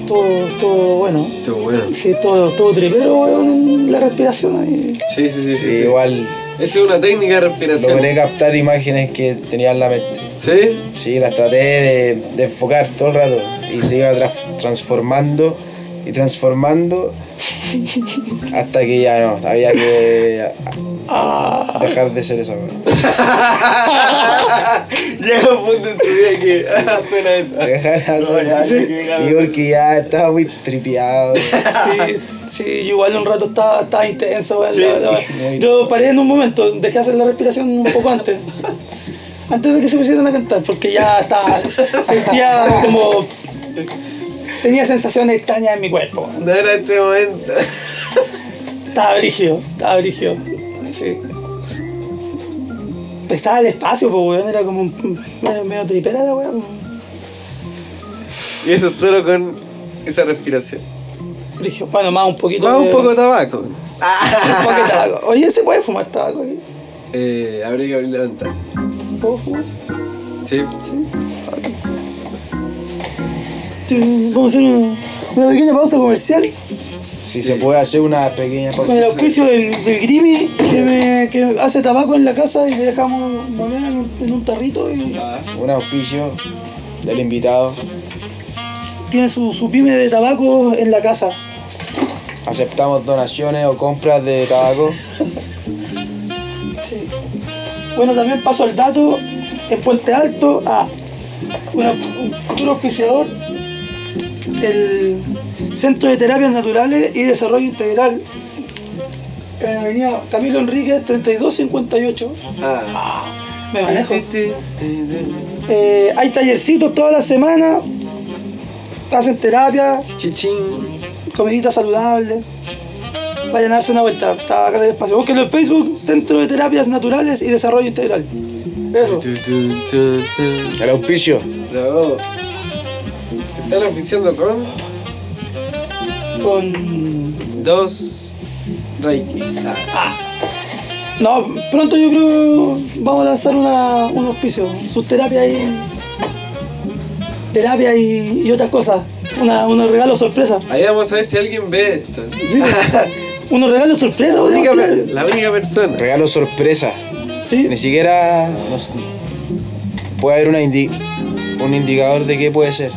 Speaker 2: todo, todo bueno.
Speaker 3: estuvo bueno.
Speaker 2: Sí, todo, todo tripero, weón, en la respiración ahí.
Speaker 3: Sí, sí, sí. sí,
Speaker 1: Sí,
Speaker 3: sí.
Speaker 1: igual
Speaker 3: Esa es una técnica de respiración.
Speaker 1: logré captar imágenes que tenía en la mente.
Speaker 3: ¿Sí?
Speaker 1: Sí, las traté de, de enfocar todo el rato y se iba tra- transformando y transformando hasta que ya no, había que
Speaker 2: Ah,
Speaker 1: dejar de ser esa cosa.
Speaker 3: (laughs) Llega un punto en tu vida que (laughs) ah, suena eso.
Speaker 1: Dejar de
Speaker 3: No, ya,
Speaker 1: ser
Speaker 3: sí, que-
Speaker 1: Sí, porque ya estaba muy tripeado.
Speaker 3: (laughs)
Speaker 2: sí, sí, yo igual un rato estaba, estaba intenso, weón,
Speaker 3: Sí.
Speaker 2: la- la- Yo paré en un momento, dejé hacer la respiración un poco antes. Antes de que se pusieran a cantar, porque ya estaba. Sentía como. Tenía sensaciones extrañas en mi cuerpo. weón.
Speaker 3: No era este momento.
Speaker 2: Estaba brígido, estaba brígido. Sí. Pesaba el espacio, pues weón, era como un- medio, medio tripera la weón.
Speaker 3: Y eso solo con esa respiración. Eh,
Speaker 2: Brígido. Bueno, más un poquito.
Speaker 3: Más
Speaker 2: de-
Speaker 3: un poco de tabaco.
Speaker 2: un poco de tabaco. Oye, ¿se puede fumar tabaco aquí?
Speaker 3: Eh, habría que abrir la ventana.
Speaker 2: ¿Puedo fumar?
Speaker 3: Sí.
Speaker 2: Entonces, Vamos a hacer una, una pequeña pausa comercial
Speaker 1: Si se puede hacer una pequeña
Speaker 2: con el auspicio del, del Grimi que, me, que hace tabaco en la casa y le dejamos moler en, un- en un tarrito y
Speaker 3: Ah.
Speaker 1: un auspicio del invitado
Speaker 2: tiene su, su pyme de tabaco en la casa.
Speaker 1: aceptamos donaciones o compras de tabaco
Speaker 2: Sí. Bueno, también paso el dato en Puente Alto a una- un futuro auspiciador del Centro de Terapias Naturales y Desarrollo Integral en la avenida Camilo Enríquez 3258.
Speaker 3: Ah.
Speaker 2: Ah, me manejo.
Speaker 3: Ti, ti, ti, ti.
Speaker 2: Eh, hay tallercitos toda la semana, hacen terapia,
Speaker 3: Chichín.
Speaker 2: comiditas saludables. Vayan a darse una vuelta, está bacán el espacio. Búsquenlo en Facebook, Centro de Terapias Naturales y Desarrollo Integral. Eso.
Speaker 3: Tu, tu, tu, tu.
Speaker 1: El auspicio.
Speaker 3: Bravo. Se están oficiando con
Speaker 2: Con...
Speaker 3: dos Reiki. Ah,
Speaker 2: No, pronto yo creo vamos a lanzar una, un auspicio, sus terapias y. terapia y, y otras cosas. Una, unos regalos sorpresa.
Speaker 3: Ahí vamos a ver si alguien ve esto.
Speaker 2: Sí, pues. unos regalos sorpresa,
Speaker 3: La única,
Speaker 2: podríamos
Speaker 3: per-
Speaker 2: tener.
Speaker 3: la única persona.
Speaker 1: Regalo sorpresa.
Speaker 2: Sí,
Speaker 1: Ni siquiera. no sé, puede haber una indi- un indicador de qué puede ser.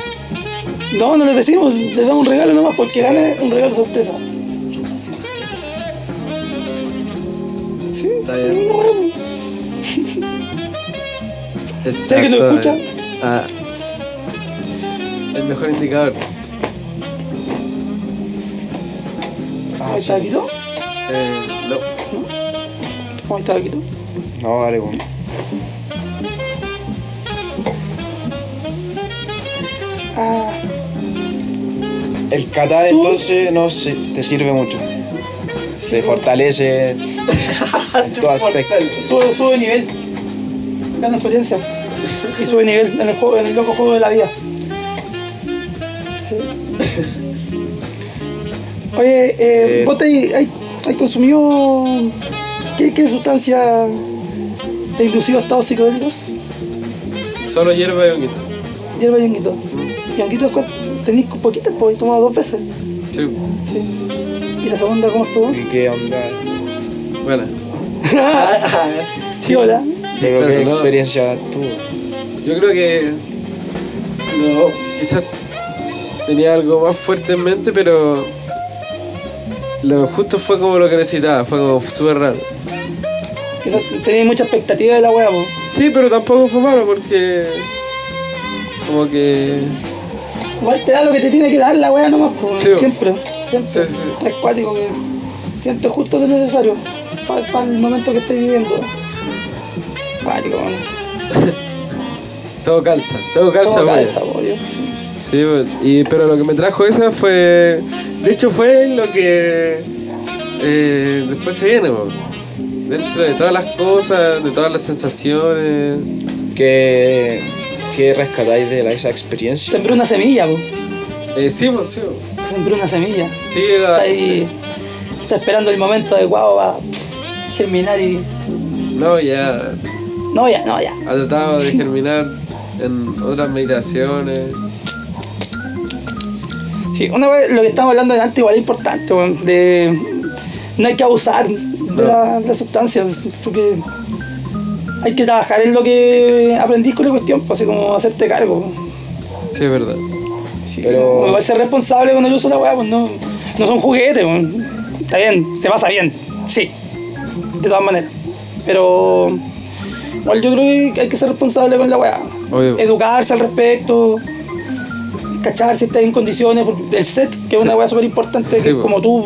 Speaker 2: no, no les decimos, les damos un regalo nomás porque gana un regalo sorpresa. Sí,
Speaker 3: Está bien.
Speaker 2: no, no.
Speaker 3: Exacto.
Speaker 2: Si alguien nos escucha.
Speaker 3: Ah. El mejor indicador.
Speaker 2: Ahí está Quito,
Speaker 3: Eh, no.
Speaker 2: ahí está Quito.
Speaker 1: No, vale, bueno.
Speaker 2: Ah,
Speaker 1: El Qatar
Speaker 2: ¿Tú?
Speaker 1: entonces no se- te sirve mucho. Se fortalece en todo aspecto.
Speaker 2: sube, sube nivel, gana experiencia y sube nivel en el, juego, en el loco juego de la vida. Oye, eh,
Speaker 1: Eh,
Speaker 2: ¿vos te hay, hay, hay consumido qué, qué sustancia te inducido a estados psicodélicos?
Speaker 3: Solo hierba y honguito.
Speaker 2: Hierba y yanguito. Yanguito, ¿cuál? tenés poquitas, pues, he tomado dos veces.
Speaker 3: Sí.
Speaker 2: Sí. ¿Y la segunda cómo
Speaker 3: (laughs)
Speaker 2: estuvo?
Speaker 1: ¿Y qué onda?
Speaker 3: Buena.
Speaker 2: Sí, hola.
Speaker 1: Pero
Speaker 3: Pero
Speaker 1: qué
Speaker 3: no.
Speaker 1: experiencia tuvo.
Speaker 3: Yo creo que. No, quizás tenía algo más fuerte en mente, pero. Lo justo fue como lo que necesitaba, fue como súper raro.
Speaker 2: Quizás tenéis mucha expectativa de la wea, pues.
Speaker 3: Sí, pero tampoco fue malo porque. Como que.
Speaker 2: Igual te da lo que te tiene que dar la wea nomás, po,
Speaker 3: Sí, po.
Speaker 2: siempre, siempre.
Speaker 3: Sí, sí.
Speaker 2: Es cuático que siento justo lo necesario para el momento que estoy viviendo. Cuático, bueno.
Speaker 3: Todo calza, todo calza,
Speaker 2: Todo
Speaker 3: güey.
Speaker 2: calza, po, yo, sí.
Speaker 3: Sí, pues, y, pero lo que me trajo esa fue. De hecho, fue lo que. eh, después se viene, pues. Dentro de todas las cosas, de todas las sensaciones.
Speaker 1: ¿Qué, qué rescatáis de la- esa experiencia?
Speaker 2: Sembré una semilla, po.
Speaker 3: Eh, sí, pues, sí. pues.
Speaker 2: Sembré una semilla.
Speaker 3: Sí,
Speaker 2: Está
Speaker 3: da-
Speaker 2: ahí,
Speaker 3: Ah, sí.
Speaker 2: está esperando el momento adecuado para germinar y...
Speaker 3: No, ya.
Speaker 2: No, ya, no, ya.
Speaker 3: Ha tratado de germinar en otras meditaciones.
Speaker 2: Sí, una vez lo que estamos hablando de antes igual es importante, weón, de no hay que abusar de la- las sustancias, porque hay que trabajar en lo que aprendís con la cuestión, pues, así como hacerte cargo.
Speaker 3: Sí, es verdad.
Speaker 1: Pero-
Speaker 2: Igual ser responsable cuando yo uso la weá, pues no, no son juguetes, weón. está bien, se pasa bien, sí, de todas maneras. Pero igual yo creo que hay que ser responsable con la weá.
Speaker 3: Obvio.
Speaker 2: Educarse al respecto, cachar si estás en condiciones, porque el set, que es una
Speaker 3: Sí.
Speaker 2: weá súper importante,
Speaker 3: Sí,
Speaker 2: que es
Speaker 3: po.
Speaker 2: como tú,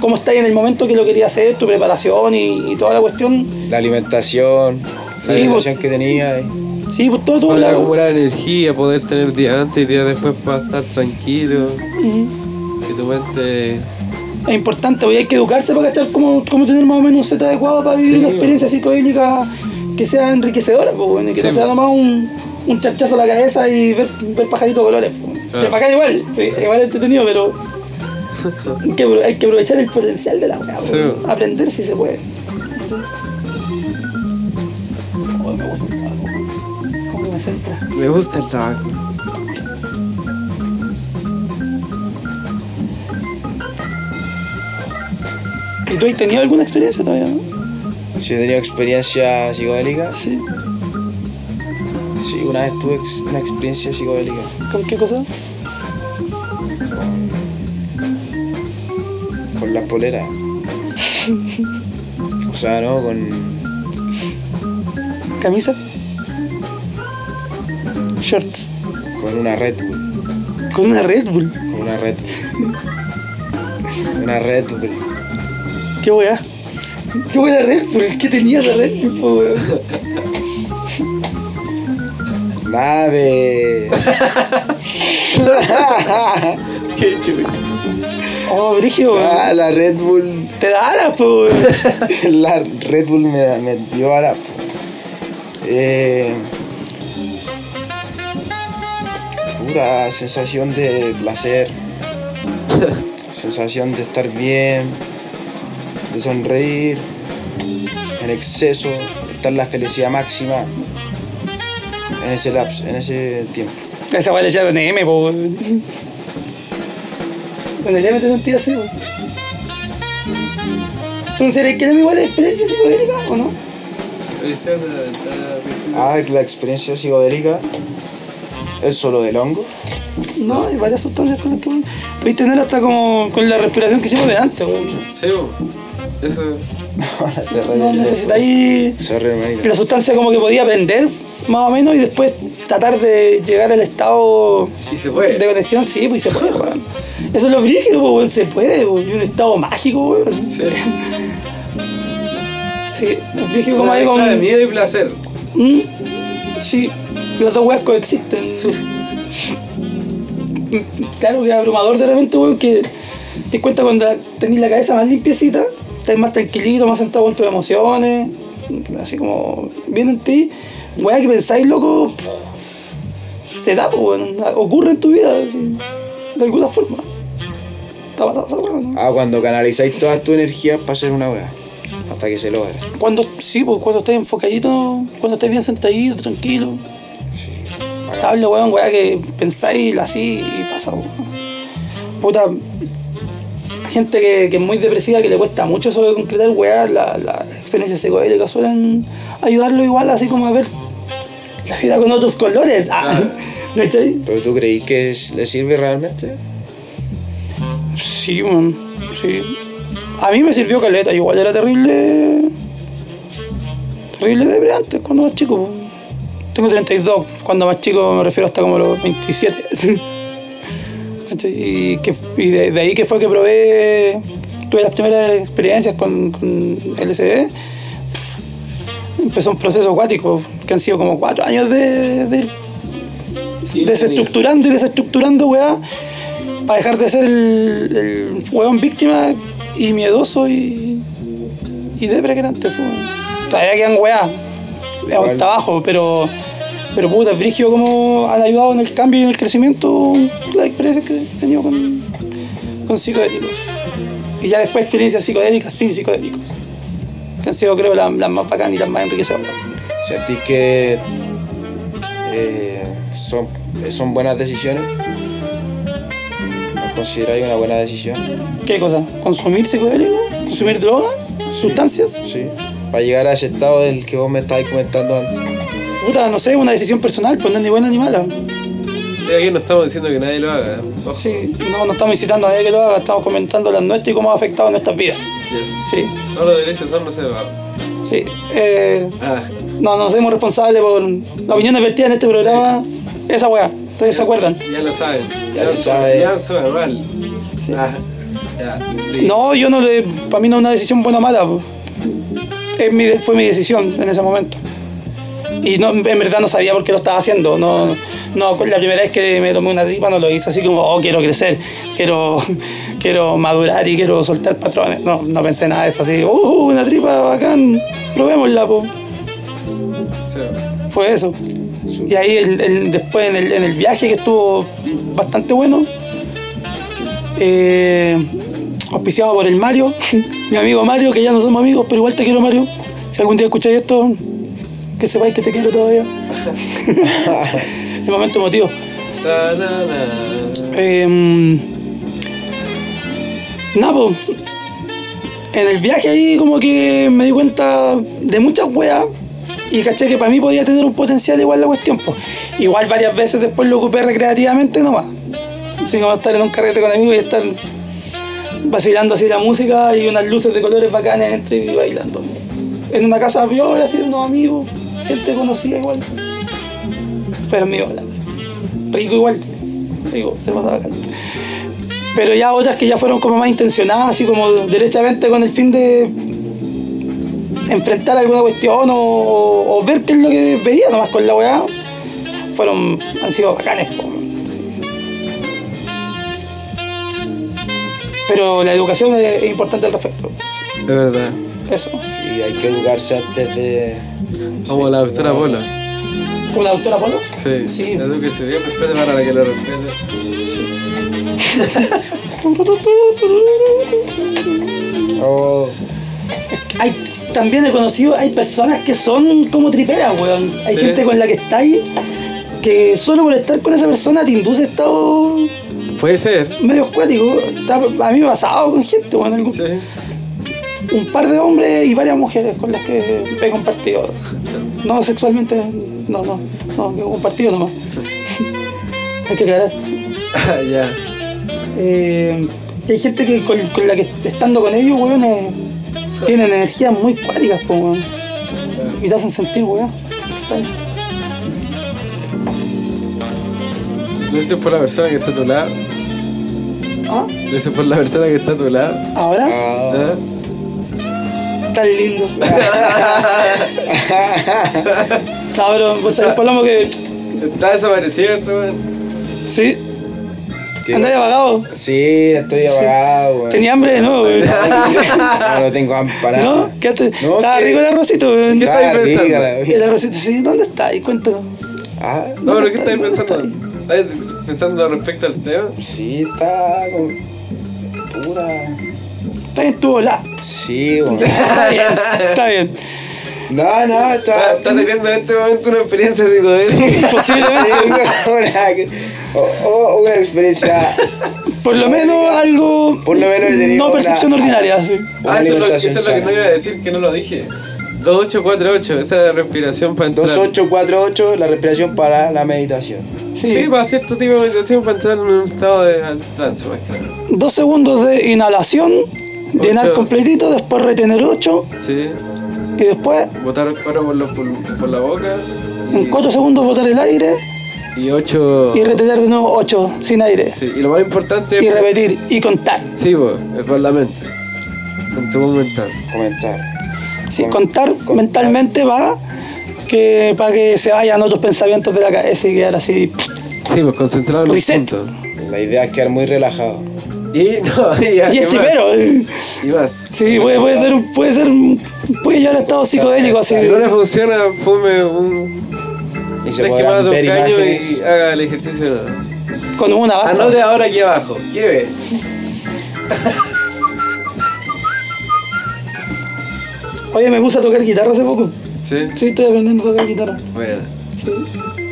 Speaker 2: cómo estás en el momento que lo querías hacer, tu preparación y, y toda la cuestión.
Speaker 1: La alimentación,
Speaker 2: Sí,
Speaker 1: la alimentación
Speaker 2: vos-
Speaker 1: que tenía. eh.
Speaker 2: Sí, pues todo, todo.
Speaker 3: Poder
Speaker 2: la-
Speaker 3: acumular energía, poder tener días antes y días después para estar tranquilo.
Speaker 2: Ujú.
Speaker 3: Que tu mente.
Speaker 2: Es importante, hoy hay que educarse para cachar cómo, cómo tener más o menos un set adecuado para vivir
Speaker 3: Sí,
Speaker 2: una
Speaker 3: bo.
Speaker 2: experiencia psicodélica que sea enriquecedora, po, bueno, y que
Speaker 3: Sí,
Speaker 2: no sea
Speaker 3: bo.
Speaker 2: nomás un, un charchazo a la cabeza y ver, ver pajaritos de colores. po.
Speaker 3: Claro.
Speaker 2: Que bacán igual, sí, igual es entretenido, pero hay que, apro- hay que aprovechar el potencial de la weá, po,
Speaker 3: Sí, bo.
Speaker 2: aprender si se puede. Oh, me gusta el tabaco. ¿Cómo que me centra?
Speaker 3: Me gusta el tabaco.
Speaker 2: ¿Y tú has tenido alguna experiencia todavía? no?
Speaker 1: Si he tenido experiencia psicodélica,
Speaker 2: Sí.
Speaker 1: sí, una vez tuve ex- una experiencia psicodélica.
Speaker 2: ¿Con qué cosa?
Speaker 1: Con las poleras. O sea, ¿no? Con.
Speaker 2: ¿Camisa? Shorts.
Speaker 1: con una red, Bull,
Speaker 2: Con una Red Bull.
Speaker 1: con una red. Bull. Una red, Bull.
Speaker 2: Qué weá. Qué buena Red Bull. ¿Qué tenía la Red Bull, po, weón?
Speaker 1: nave.
Speaker 3: Qué chulo.
Speaker 2: Oh, Brigio,
Speaker 1: (laughs) Ah, la Red Bull.
Speaker 2: te da alas,
Speaker 1: (laughs)
Speaker 2: pues.
Speaker 1: La Red Bull me, me dio ahora. Eh, puta sensación de placer. sensación de estar bien. De sonreír. En exceso. Estar en la felicidad máxima. En ese lapso, en ese tiempo.
Speaker 2: Esa weá le echaron M, po. weón. Cuando ya me te sentí así, weón. ¿Tú serías que es mi buena experiencia psicodélica o no?
Speaker 3: Oye, Seba, está-
Speaker 1: Ah, la experiencia psicodélica es solo del hongo. (laughs)
Speaker 2: No, hay varias sustancias con las que podéis tener hasta como con la respiración que hicimos de antes, weón.
Speaker 3: está- Sebo, eso.
Speaker 1: se re-
Speaker 2: No necesitáis
Speaker 1: se re- marica.
Speaker 2: la sustancia como que podía aprender, más o menos, y después tratar de llegar al estado
Speaker 3: Y se puede.
Speaker 2: de conexión, sí, pues y se puede, weón. Eso es lo brígido, po, weón, se puede, weón, y un estado mágico, weón.
Speaker 3: Sí.
Speaker 2: Sí, lo brígido como
Speaker 3: Una
Speaker 2: hay
Speaker 3: mezcla de
Speaker 2: con...
Speaker 3: miedo y placer.
Speaker 2: Mm, sí, las dos weas coexisten. Claro que es abrumador de repente, weón, que te cuenta cuando tenés la cabeza más limpiecita, estás más tranquilito, más sentado con tus emociones, así como bien en ti. Weá que pensáis, loco, se da, pues, weón, ocurre en tu vida, así, de alguna forma. Está pasado, esa weá, ¿no?
Speaker 1: Ah, cuando canalizáis toda tu energía para hacer una weá. Hasta que se logra.
Speaker 2: Cuando, sí, pues cuando estás enfocadito, cuando estás bien sentadito, tranquilo. Estable, weón, weá, que pensáis así y pasa, weón. Puta, hay gente que, que es muy depresiva, que le cuesta mucho eso de concretar, weá, la, la experiencia psicodélica suelen ayudarlo igual, así como a ver la vida con otros colores. Ah, (laughs) ¿cachai?
Speaker 1: ¿Pero tú creí que es- le sirve realmente?
Speaker 2: Sí, weón, sí. A mí me sirvió caleta, yo igual era terrible. Terrible de antes, cuando más chico. po. Tengo 32, cuando más chico me refiero hasta como los 27. (laughs) ¿Cachai? y que, y de, de ahí que fue que probé, tuve las primeras experiencias con, con LSD. Pff, Empezó un proceso acuático, que han sido como cuatro años de, de ir desestructurando y desestructurando, weá, para dejar de ser el, el weón víctima y miedoso y, y depre que era antes, po. Todavía quedan weá, es
Speaker 1: Igual.
Speaker 2: un trabajo, pero, pero puta, es brígido como han ayudado en el cambio y en el crecimiento las experiencias que he tenido con, con psicodélicos. Y ya después experiencias psicodélicas sin psicodélicos, que han sido creo las, las más bacanas y las más enriquecedoras.
Speaker 1: ¿Sentís que eh, son, son buenas decisiones? ¿Las consideráis una buena decisión?
Speaker 2: ¿Qué cosa? ¿Consumir psicodélicos? ¿Consumir drogas? ¿Sustancias?
Speaker 1: Sí. Para llegar a ese estado del que vos me estabas comentando antes.
Speaker 2: Puta, no sé, una decisión personal, pues no es ni buena ni mala.
Speaker 3: Sí, aquí no estamos diciendo que nadie lo haga. ¿eh? Ojo.
Speaker 2: Sí, no, no estamos incitando a nadie que lo haga, estamos comentando las nuestras y cómo ha afectado nuestras vidas.
Speaker 3: Yes.
Speaker 2: Sí,
Speaker 3: Todos los derechos son reservados.
Speaker 2: sí. Eh,
Speaker 3: Ah,
Speaker 2: no, no hacemos responsables por la opinión vertida en este programa. Esa weá, ustedes se acuerdan.
Speaker 3: ya lo saben.
Speaker 1: Ya
Speaker 3: Ya
Speaker 1: se sabe.
Speaker 3: Ya su manual. Ah, ya. Sí.
Speaker 2: No, yo no le. Para mí no es una decisión buena o mala. po. Es mi, fue mi decisión en ese momento. Y no, en verdad no sabía por qué lo estaba haciendo. No, no, la primera vez que me tomé una tripa no lo hice así como, oh, quiero crecer, quiero, (laughs) quiero madurar y quiero soltar patrones. No, no pensé nada de eso. Así, uh, una tripa bacán, probémosla, po.
Speaker 3: Seba.
Speaker 2: Fue eso. Y ahí el- el- después en el, en el viaje que estuvo bastante bueno, eh, auspiciado por el Mario, (laughs) mi amigo Mario, que ya no somos amigos, pero igual te quiero Mario. Si algún día escucháis esto, que sepáis que te quiero todavía. (laughs) el momento emotivo.
Speaker 3: Ta, na, na.
Speaker 2: Eh, nada, po. En el viaje ahí como que me di cuenta de muchas weas y caché que para mí podía tener un potencial igual la cuestión. po. Igual varias veces después lo ocupé recreativamente nomás. Así como estar en un carrete con amigos y estar vacilando así la música y unas luces de colores bacanas entre y bailando. En una casa viola, así de unos amigos, gente conocida igual. Pero en mi viola. Rico igual. Rico, se pasaba bacán. Pero ya otras que ya fueron como más intencionadas, así como derechamente con el fin de enfrentar alguna cuestión o, o ver qué es lo que veía nomás con la weá, fueron, han sido bacanes. po. Pero la educación es, es importante al respecto.
Speaker 3: Es verdad.
Speaker 2: Eso.
Speaker 1: Sí, hay que educarse antes de.
Speaker 3: Como
Speaker 1: Sí,
Speaker 3: la doctora
Speaker 1: no.
Speaker 3: Polo.
Speaker 2: ¿Con la doctora Polo?
Speaker 3: Sí.
Speaker 2: Sí.
Speaker 3: La que se bien, respete para la que lo respete.
Speaker 1: Oh,
Speaker 2: Hay, también he conocido, hay personas que son como triperas, weón. Hay
Speaker 3: Sí.
Speaker 2: gente con la que estáis que solo por estar con esa persona te induce estado
Speaker 3: Puede ser.
Speaker 2: medio acuático. Está- A mí me ha pasado con gente, weón. algún-
Speaker 3: Sí.
Speaker 2: Un par de hombres y varias mujeres con las que he compartido. No sexualmente, no, no, no, que he compartido nomás. (laughs) hay que aclarar.
Speaker 3: Ah, ya.
Speaker 2: Eh, y hay gente que con, con la que estando con ellos, weón, eh, tienen energías muy cuáticas, po, weón. Y te hacen sentir, weón. extraño.
Speaker 3: Lo dices por la persona que está a tu lado.
Speaker 2: Ah,
Speaker 3: Lo dices por la persona que está a tu lado.
Speaker 2: Ahora,
Speaker 1: (laughs) ah.
Speaker 3: ¿Ah?
Speaker 2: tan
Speaker 1: (laughs)
Speaker 2: lindo. Cabrón, pues el palomo que.
Speaker 3: Está desaparecido este weón.
Speaker 2: Sí,
Speaker 1: Sí.
Speaker 2: andaba apagado.
Speaker 1: Sí, estoy apagado, weón.
Speaker 2: Tenía hambre de nuevo,
Speaker 1: (laughs)
Speaker 2: weón.
Speaker 1: No, no tengo hambre para
Speaker 2: ¿No?
Speaker 1: nada.
Speaker 2: ¿Qué haces?
Speaker 1: No,
Speaker 2: Estaba
Speaker 1: que-
Speaker 2: rico el arrocito, weón.
Speaker 3: (laughs) ¿Qué
Speaker 1: Está
Speaker 3: estáis
Speaker 1: rica
Speaker 3: pensando?
Speaker 1: la vida.
Speaker 2: El arrocito, sí, ¿dónde está? Y cuéntanos.
Speaker 1: Ah,
Speaker 3: No, pero ¿qué
Speaker 2: ¿Dónde
Speaker 3: estáis
Speaker 2: está?
Speaker 3: pensando? ¿Estáis pensando respecto al tema?
Speaker 1: sí, está con. Pura.
Speaker 2: Está bien, tu
Speaker 1: (laughs)
Speaker 2: bola.
Speaker 1: Sí, weón.
Speaker 2: Está bien, está bien.
Speaker 1: No, no,
Speaker 3: Ah,
Speaker 1: está.
Speaker 3: Está
Speaker 1: (laughs)
Speaker 3: teniendo en este momento una experiencia psicodélica.
Speaker 2: Posiblemente.
Speaker 1: una, o, o una
Speaker 3: (laughs)
Speaker 1: experiencia.
Speaker 2: Por lo menos algo.
Speaker 1: Por lo menos he tenido
Speaker 2: No percepción
Speaker 1: una-
Speaker 2: ordinaria. sí.
Speaker 1: una
Speaker 3: Ah, eso es, lo,
Speaker 1: alimentación
Speaker 3: eso es lo que no iba a decir, que no lo dije. 2848, esa respiración para entrar.
Speaker 1: 2848, la respiración para la meditación.
Speaker 3: Sí, para cierto tipo de meditación para entrar en un estado de al- trance, más que nada.
Speaker 2: Dos segundos de inhalación, llenar
Speaker 3: Ocho.
Speaker 2: completito, después retener 8
Speaker 3: Sí,
Speaker 2: y después
Speaker 3: botar el cuero por, los pul- por la boca.
Speaker 2: en 4 segundos botar el aire
Speaker 3: Y 8.
Speaker 2: y retener de nuevo 8 sin aire.
Speaker 3: Sí, y lo más importante
Speaker 2: Y repetir y contar.
Speaker 3: Sí, vos, es con la mente. Con tu mental.
Speaker 1: Comentar.
Speaker 2: Sí,
Speaker 1: Con-
Speaker 2: contar
Speaker 1: contar.
Speaker 2: mentalmente va que para que se vayan otros pensamientos de la cabeza y quedar así.
Speaker 3: Sí, pues concentrado en los
Speaker 2: Reset.
Speaker 3: puntos.
Speaker 1: La idea es quedar muy relajado.
Speaker 3: Y (laughs) no, y, ya,
Speaker 2: Y
Speaker 3: ¿qué
Speaker 2: el
Speaker 3: más?
Speaker 2: tripero.
Speaker 3: Y más.
Speaker 2: Sí, puede, puede ser, un- puede ser, un- puede llegar a estado psicodélico así.
Speaker 3: Si no le funciona, fume un.
Speaker 1: Y se
Speaker 3: Tres
Speaker 1: podrán
Speaker 3: quemadas de
Speaker 1: ver
Speaker 3: un caño
Speaker 1: imágenes.
Speaker 3: y haga el ejercicio de nuevo.
Speaker 2: Con una basta.
Speaker 3: Anote ahora aquí abajo. ¿Qué ve?
Speaker 2: Oye, me puse a tocar guitarra hace poco.
Speaker 3: Sí.
Speaker 2: Sí, estoy aprendiendo a tocar guitarra.
Speaker 3: Bueno.
Speaker 2: Sí.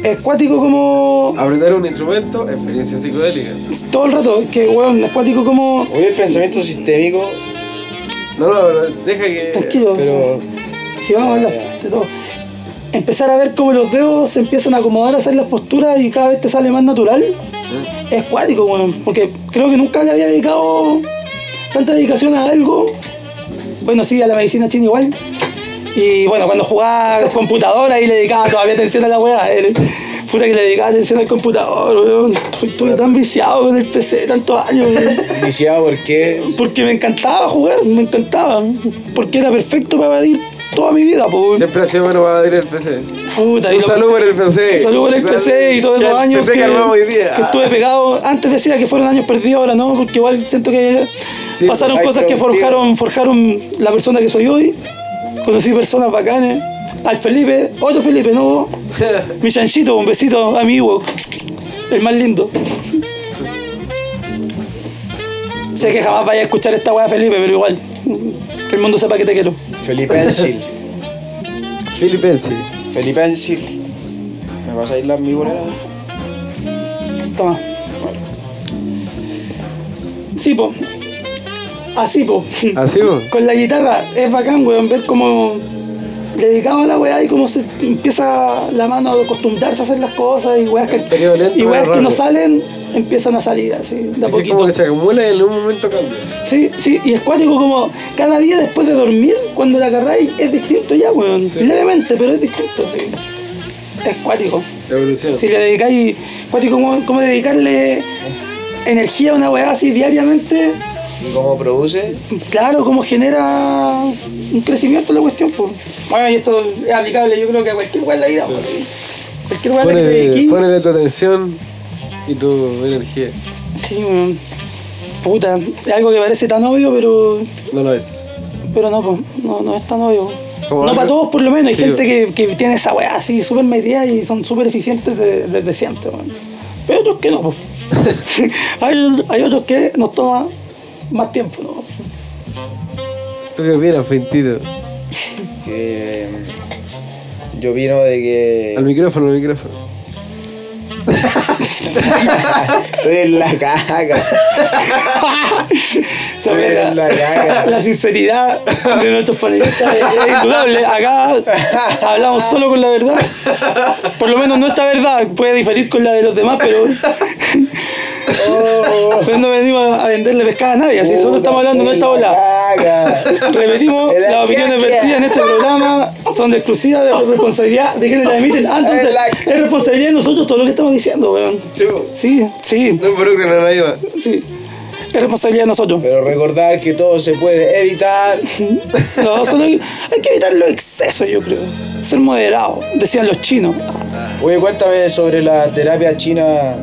Speaker 2: Es cuático como.
Speaker 3: Aprender un instrumento, experiencia psicodélica.
Speaker 2: Pues, Todo el rato, es que weón, es cuático como.
Speaker 1: Hoy el pensamiento sistémico,
Speaker 3: No, no, pero deja que.
Speaker 2: Tranquilo,
Speaker 1: pero
Speaker 2: si vamos a hablar de todo. Empezar a ver cómo los dedos se empiezan a acomodar, a hacer las posturas y cada vez te sale más natural.
Speaker 3: ¿Eh?
Speaker 2: Es cuático, weón, porque creo que nunca le había dedicado tanta dedicación a algo. Bueno, sí, a la medicina china igual. Y bueno, cuando jugaba computadora ahí le dedicaba todavía atención a la weá. eh. Puta que le dedicaba atención al computador, weón. Estuve- Estuve tan viciado con el PC tantos años, weón.
Speaker 1: iniciado porque
Speaker 2: Porque me encantaba jugar, me encantaba. Porque era perfecto para evadir toda mi vida, po. weón.
Speaker 3: Siempre ha sido bueno para abrir el PC.
Speaker 2: Puta, y
Speaker 3: Un
Speaker 2: lo-
Speaker 3: saludo por el PC.
Speaker 2: Salud por el
Speaker 3: Salud.
Speaker 2: PC y todos esos
Speaker 3: Ya,
Speaker 2: años
Speaker 3: PC que, armamos hoy día.
Speaker 2: que estuve pegado. Antes decía que fueron años perdidos, ahora no, porque igual siento que
Speaker 3: Sí,
Speaker 2: pasaron
Speaker 1: hay
Speaker 2: cosas que
Speaker 1: productivo.
Speaker 2: forjaron, forjaron la persona que soy hoy. Conocí personas bacanes. Al Felipe, otro Felipe, ¿no?
Speaker 3: (laughs)
Speaker 2: Mi chanchito, un besito a mi Ewok. El más lindo. Sé que jamás vaya a escuchar esta weá Felipe, pero igual. Que el mundo sepa que te quiero.
Speaker 1: Felipe Ensil.
Speaker 3: Filipensi.
Speaker 1: Felipe Ensil. ¿Me vas a ir la mi bolera?
Speaker 2: Toma. Sí, po. Así, po.
Speaker 3: Así vos.
Speaker 2: Con la guitarra es bacán, weón, ver cómo le dedicamos a la weá y cómo se empieza la mano a acostumbrarse a hacer las cosas y weas que,
Speaker 3: El periodo lento
Speaker 2: y
Speaker 3: es
Speaker 2: weas que
Speaker 3: raro.
Speaker 2: no salen empiezan a salir así, de a
Speaker 3: Es que como
Speaker 2: poquito.
Speaker 3: que se acumula y en un momento cambia.
Speaker 2: Sí, sí, y es cuático como cada día después de dormir, cuando la agarráis, es distinto ya, weón.
Speaker 3: Sí.
Speaker 2: Levemente, pero es distinto, sí. Es cuático.
Speaker 3: La evolución.
Speaker 2: Si le dedicáis, Pati, ¿cómo, cómo dedicarle energía a una weá así diariamente?
Speaker 1: ¿Y cómo produce?
Speaker 2: Claro, cómo genera un crecimiento la cuestión, pues. Bueno, y esto es aplicable yo creo que a cualquier weá en la vida, po. Cualquier weá en la que te
Speaker 3: Ponele,
Speaker 2: dediquís.
Speaker 3: ponele tu atención y tu energía.
Speaker 2: Sí, weón. Puta, es algo que parece tan obvio, pero,
Speaker 3: No lo es.
Speaker 2: pero no, pues, no, no es tan obvio.
Speaker 3: Como
Speaker 2: no
Speaker 3: algo-
Speaker 2: para todos, por lo menos. Hay
Speaker 3: Sí. pues.
Speaker 2: gente que, que tiene esa weá así, súper metida y son súper eficientes de- desde siempre, weón. Pero otros que no,
Speaker 3: (laughs)
Speaker 2: pues. (laughs) hay, hay otros que nos toma más tiempo, ¿no?
Speaker 3: ¿Tú qué opinas, Fintito?
Speaker 1: Que, mm, yo opino de que (laughs)
Speaker 3: Al micrófono, al micrófono.
Speaker 1: estoy en la
Speaker 2: (laughs)
Speaker 1: caga.
Speaker 2: Se ve
Speaker 1: Mira, la caga.
Speaker 2: (laughs) la sinceridad de nuestros panelistas es, es indudable. Acá hablamos solo con la verdad. Por lo menos nuestra verdad puede diferir con la de los demás, pero.
Speaker 1: Oh.
Speaker 2: pero no venimos a venderle pescado a nadie, así solo estamos hablando de nuestra bola. Repetimos,
Speaker 1: En la
Speaker 2: las opiniones
Speaker 1: caca.
Speaker 2: vertidas en este programa son de exclusiva de responsabilidad de quienes la emiten. Ah, entonces,
Speaker 1: En la
Speaker 2: es responsabilidad de nosotros todo lo que estamos diciendo, weón. Sí, sí,
Speaker 3: No involucran a nadie más.
Speaker 2: sí. Es responsabilidad de nosotros.
Speaker 1: Pero recordar que todo se puede evitar.
Speaker 2: No, solo hay, hay que evitar los excesos, yo creo. Ser moderado, decían los chinos.
Speaker 1: Oye, cuéntame sobre la terapia china.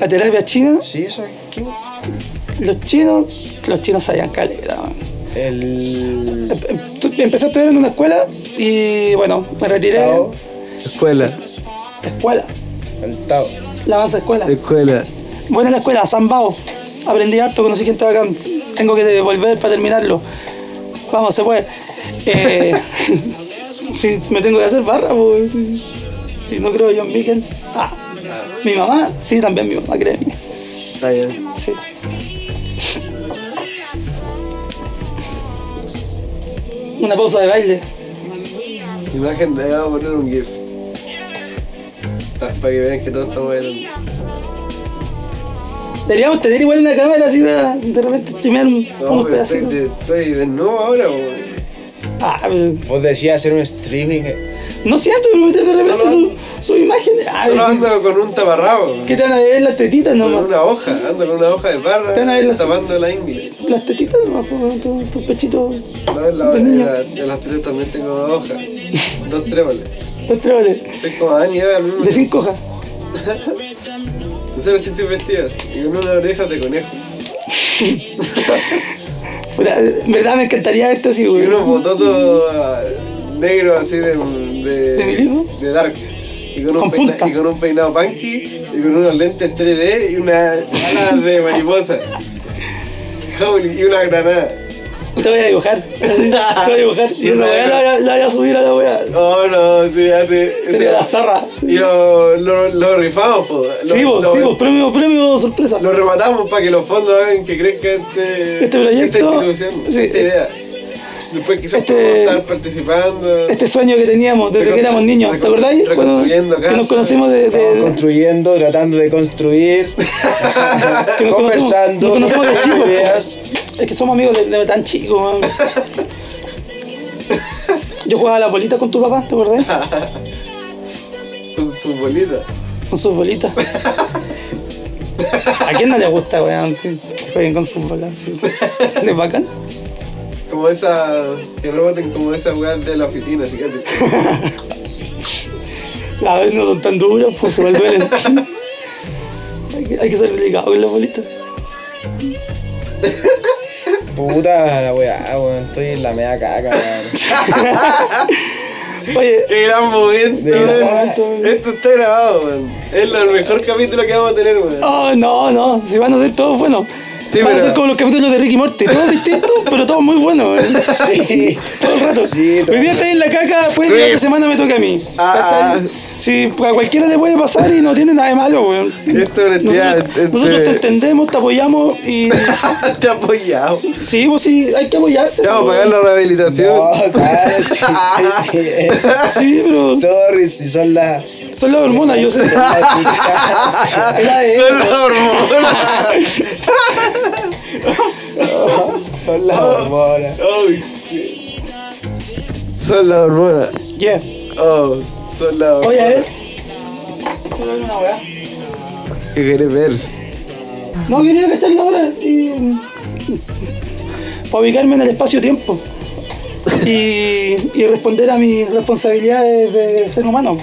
Speaker 2: La terapia china,
Speaker 1: ¿Sí? ¿Eso qué?
Speaker 2: los chinos, los chinos sabían caleta. man.
Speaker 1: El.
Speaker 2: Em- em- Empecé a estudiar en una escuela y bueno, me retiré.
Speaker 1: Tao.
Speaker 3: Escuela,
Speaker 2: Escuela,
Speaker 1: El Tao.
Speaker 2: la avanza escuela.
Speaker 3: escuela.
Speaker 2: Buena la escuela, Zambao. Aprendí harto, conocí gente bacán. Tengo que volver para terminarlo. Vamos, se puede.
Speaker 3: (laughs)
Speaker 2: Eh, si me tengo que hacer barra, pues. Si, si no creo yo en mí, ¿quién? Ah, mi mamá, sí, también mi mamá cree en mí.
Speaker 3: Está bien.
Speaker 2: Sí. Una pausa de baile.
Speaker 3: Imagen, ahí vamos a poner un GIF. Para que vean que todos estamos bailando.
Speaker 2: Deberíamos tener igual una cámara así para de repente streamear un-
Speaker 3: No,
Speaker 2: unos
Speaker 3: pero estoy,
Speaker 2: pedacitos.
Speaker 3: de, estoy desnudo ahora, güey.
Speaker 2: Ah, pero
Speaker 1: Vos decías hacer un streaming. eh,
Speaker 2: no siento, pero meter de repente su, su imagen. Ah,
Speaker 3: Solo
Speaker 2: sí.
Speaker 3: ando con un taparrabo.
Speaker 2: ¿Qué te van a ver las tetitas
Speaker 3: Con
Speaker 2: nomás?
Speaker 3: una hoja, ando con una hoja de barra
Speaker 2: Ten ahí la-
Speaker 3: tapando la ingle.
Speaker 2: Las tetitas nomás, po, weón, tus tus pechitos.
Speaker 3: No, en, la,
Speaker 2: de
Speaker 3: en,
Speaker 2: niño.
Speaker 3: la, en las tetas también tengo dos hojas, dos tréboles.
Speaker 2: Los tréboles.
Speaker 3: Soy como Adán y Eva al mismo
Speaker 2: De cinco hojas.
Speaker 3: tiempo. Solo si estoy vestidas y con una oreja de conejo.
Speaker 2: Puta, En verdad me encantaría verte así,
Speaker 3: Y
Speaker 2: güey.
Speaker 3: unos bototos ah, negros así de. de,
Speaker 2: ¿De vinilo?
Speaker 3: de dark. Y con, un
Speaker 2: Con
Speaker 3: peina-
Speaker 2: punta.
Speaker 3: y con un peinado punky, y con unos lentes 3D y una ala de mariposa. Howl, Y una granada.
Speaker 2: Te voy a
Speaker 3: (laughs)
Speaker 2: dibujar. así, Te voy a dibujar. Y esa weá la, voy a- la voy a subir a la weá.
Speaker 3: Oh no, sí, hace.
Speaker 2: Sería la zarra.
Speaker 3: Y lo, lo, lo rifamos, po. Lo,
Speaker 2: Sí, vos,
Speaker 3: lo-
Speaker 2: sí, vos, premio, premio, sorpresa.
Speaker 3: Lo rematamos para que los fondos hagan que crezca este,
Speaker 2: Este proyecto,
Speaker 3: esta institución,
Speaker 2: sí.
Speaker 3: esta idea. Después quizás
Speaker 2: Este-
Speaker 3: podemos estar participando.
Speaker 2: Este sueño que teníamos desde
Speaker 3: Recon-
Speaker 2: que éramos niños, ¿te
Speaker 3: recon-
Speaker 2: acordáis? Cuando-
Speaker 3: reconstruyendo
Speaker 2: que nos
Speaker 3: casa.
Speaker 2: conocimos de. de-
Speaker 1: Estamos construyendo, tratando de construir.
Speaker 2: que nos
Speaker 1: conversando.
Speaker 2: Conocimos, nos
Speaker 3: (laughs)
Speaker 2: conocimos de
Speaker 1: ideas.
Speaker 2: chicos. po. Es que somos amigos de, de tan chicos, man. Yo jugaba a la bolita con tu papá, ¿te acordás?
Speaker 3: Con sus bolitas.
Speaker 2: Con sus bolitas. ¿A quién no le gusta, weón? Que jueguen con sus bolas. sí? ¿Es bacán?
Speaker 3: Como esa. Que reboten como esas weas de la oficina, así
Speaker 2: (laughs)
Speaker 3: que así.
Speaker 2: Las veces no son tan duras, pues igual duelen. hay, que, hay que ser delicado con las bolitas.
Speaker 1: Puta la weá, weón. Estoy en la media caca,
Speaker 2: (laughs)
Speaker 1: weón.
Speaker 2: Oye,
Speaker 3: ¡Qué gran momento,
Speaker 1: De gran
Speaker 3: weón!
Speaker 2: momento, weón.
Speaker 3: Esto está grabado, weón. Es lo- el mejor capítulo que vamos a tener, weón.
Speaker 2: oh, no, no, si van a ser todos buenos.
Speaker 3: Sí,
Speaker 2: van a
Speaker 3: pero-
Speaker 2: ser como los capítulos de Ricky Morty, todos distintos, pero todos muy buenos. weón.
Speaker 1: Sí.
Speaker 2: Todo el rato.
Speaker 1: Sí, todo-
Speaker 2: (laughs) Hoy día estoy en la caca, pues la otra semana me toca a mí.
Speaker 3: Ah.
Speaker 2: ¿Cachai? Sí, pues, a cualquiera le puede pasar y no tiene nada de malo, weón.
Speaker 3: Esto es una entidad.
Speaker 2: Nosotros, nosotros te entendemos, te apoyamos
Speaker 3: (laughs)
Speaker 2: y.
Speaker 3: entre- Te apoyamos.
Speaker 2: Sí, pues sí, hay que apoyarse. pues,
Speaker 3: Te vamos a pagar la rehabilitación.
Speaker 1: No, claro, sí, estoy bien.
Speaker 2: Sí, pero
Speaker 1: Sorry, si son las.
Speaker 2: son las hormonas, yo
Speaker 3: (laughs)
Speaker 2: sé. El ADN.
Speaker 3: Son las hormonas.
Speaker 2: (laughs)
Speaker 1: Son las hormonas.
Speaker 3: Ay, qué- Son las hormonas.
Speaker 2: Yeah.
Speaker 3: Oh, son las hormonas.
Speaker 2: Oye, a ver. Quiero ver una weá.
Speaker 3: ¿Qué querés ver?
Speaker 2: No, quería cachar la hora y. (laughs) para ubicarme en el espacio-tiempo. Y, y responder a mis responsabilidades de ser humano.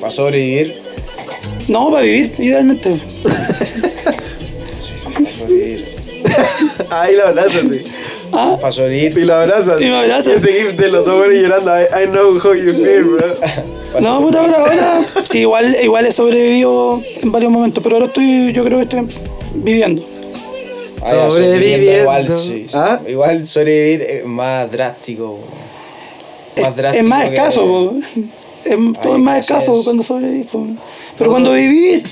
Speaker 1: Para sobrevivir.
Speaker 2: No, para vivir, idealmente.
Speaker 1: sobrevivir.
Speaker 3: Ahí lo abrazas, sí.
Speaker 2: Ah,
Speaker 1: Para sobrevivir.
Speaker 3: Y lo abrazas.
Speaker 2: Y me abrazas.
Speaker 3: Ese gif de los dos buenos llorando. I, I know how you feel, bro.
Speaker 1: pa'
Speaker 2: No,
Speaker 1: sobrevivir.
Speaker 2: puta, ahora, ahora. Sí, igual, igual he sobrevivido en varios momentos, pero ahora estoy, yo creo que estoy viviendo.
Speaker 1: Ah, ya,
Speaker 3: Sobreviviendo.
Speaker 1: Igual, sí.
Speaker 3: ¿Ah?
Speaker 1: Igual sobrevivir es más drástico.
Speaker 2: Es-
Speaker 1: Más drástico.
Speaker 2: es más
Speaker 1: que-
Speaker 2: escaso, po. Es- todo
Speaker 1: Ay,
Speaker 2: es más
Speaker 1: así
Speaker 2: escaso
Speaker 1: es.
Speaker 2: cuando sobrevivís, po. Pero cuando vivís,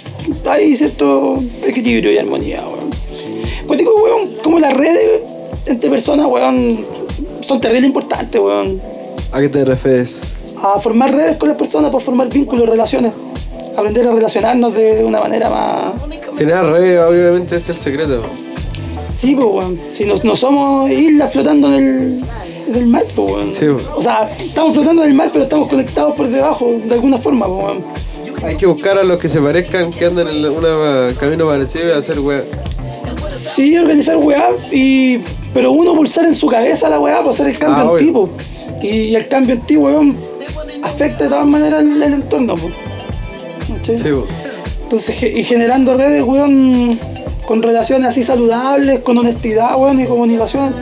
Speaker 2: hay cierto equilibrio y armonía, weón. Cuático, weón, como las redes entre personas, weón, son terribles importantes, weón.
Speaker 3: ¿A qué te refieres?
Speaker 2: A formar redes con las personas, por formar vínculos, relaciones. Aprender a relacionarnos de una manera más.
Speaker 3: Generar redes, obviamente, es el secreto.
Speaker 2: Sí, pues, weón. Si nos, no somos islas flotando en el, en el mar, pues, weón.
Speaker 3: Sí, po.
Speaker 2: O sea, estamos flotando en el mar, pero estamos conectados por debajo, de alguna forma, pues, weón.
Speaker 3: Hay que buscar a los que se parezcan, que andan en un camino parecido y hacer weá.
Speaker 2: Sí, organizar weá, y, pero uno pulsar en su cabeza la weá para hacer el cambio
Speaker 3: Ah,
Speaker 2: en
Speaker 3: obvio.
Speaker 2: ti, po. Y, y el cambio en ti, weón, afecta de todas maneras el, el entorno, po. ¿Cachai?
Speaker 3: Sí, po.
Speaker 2: Entonces, ge- y generando redes, weón, con relaciones así saludables, con honestidad, weón, y comunicación.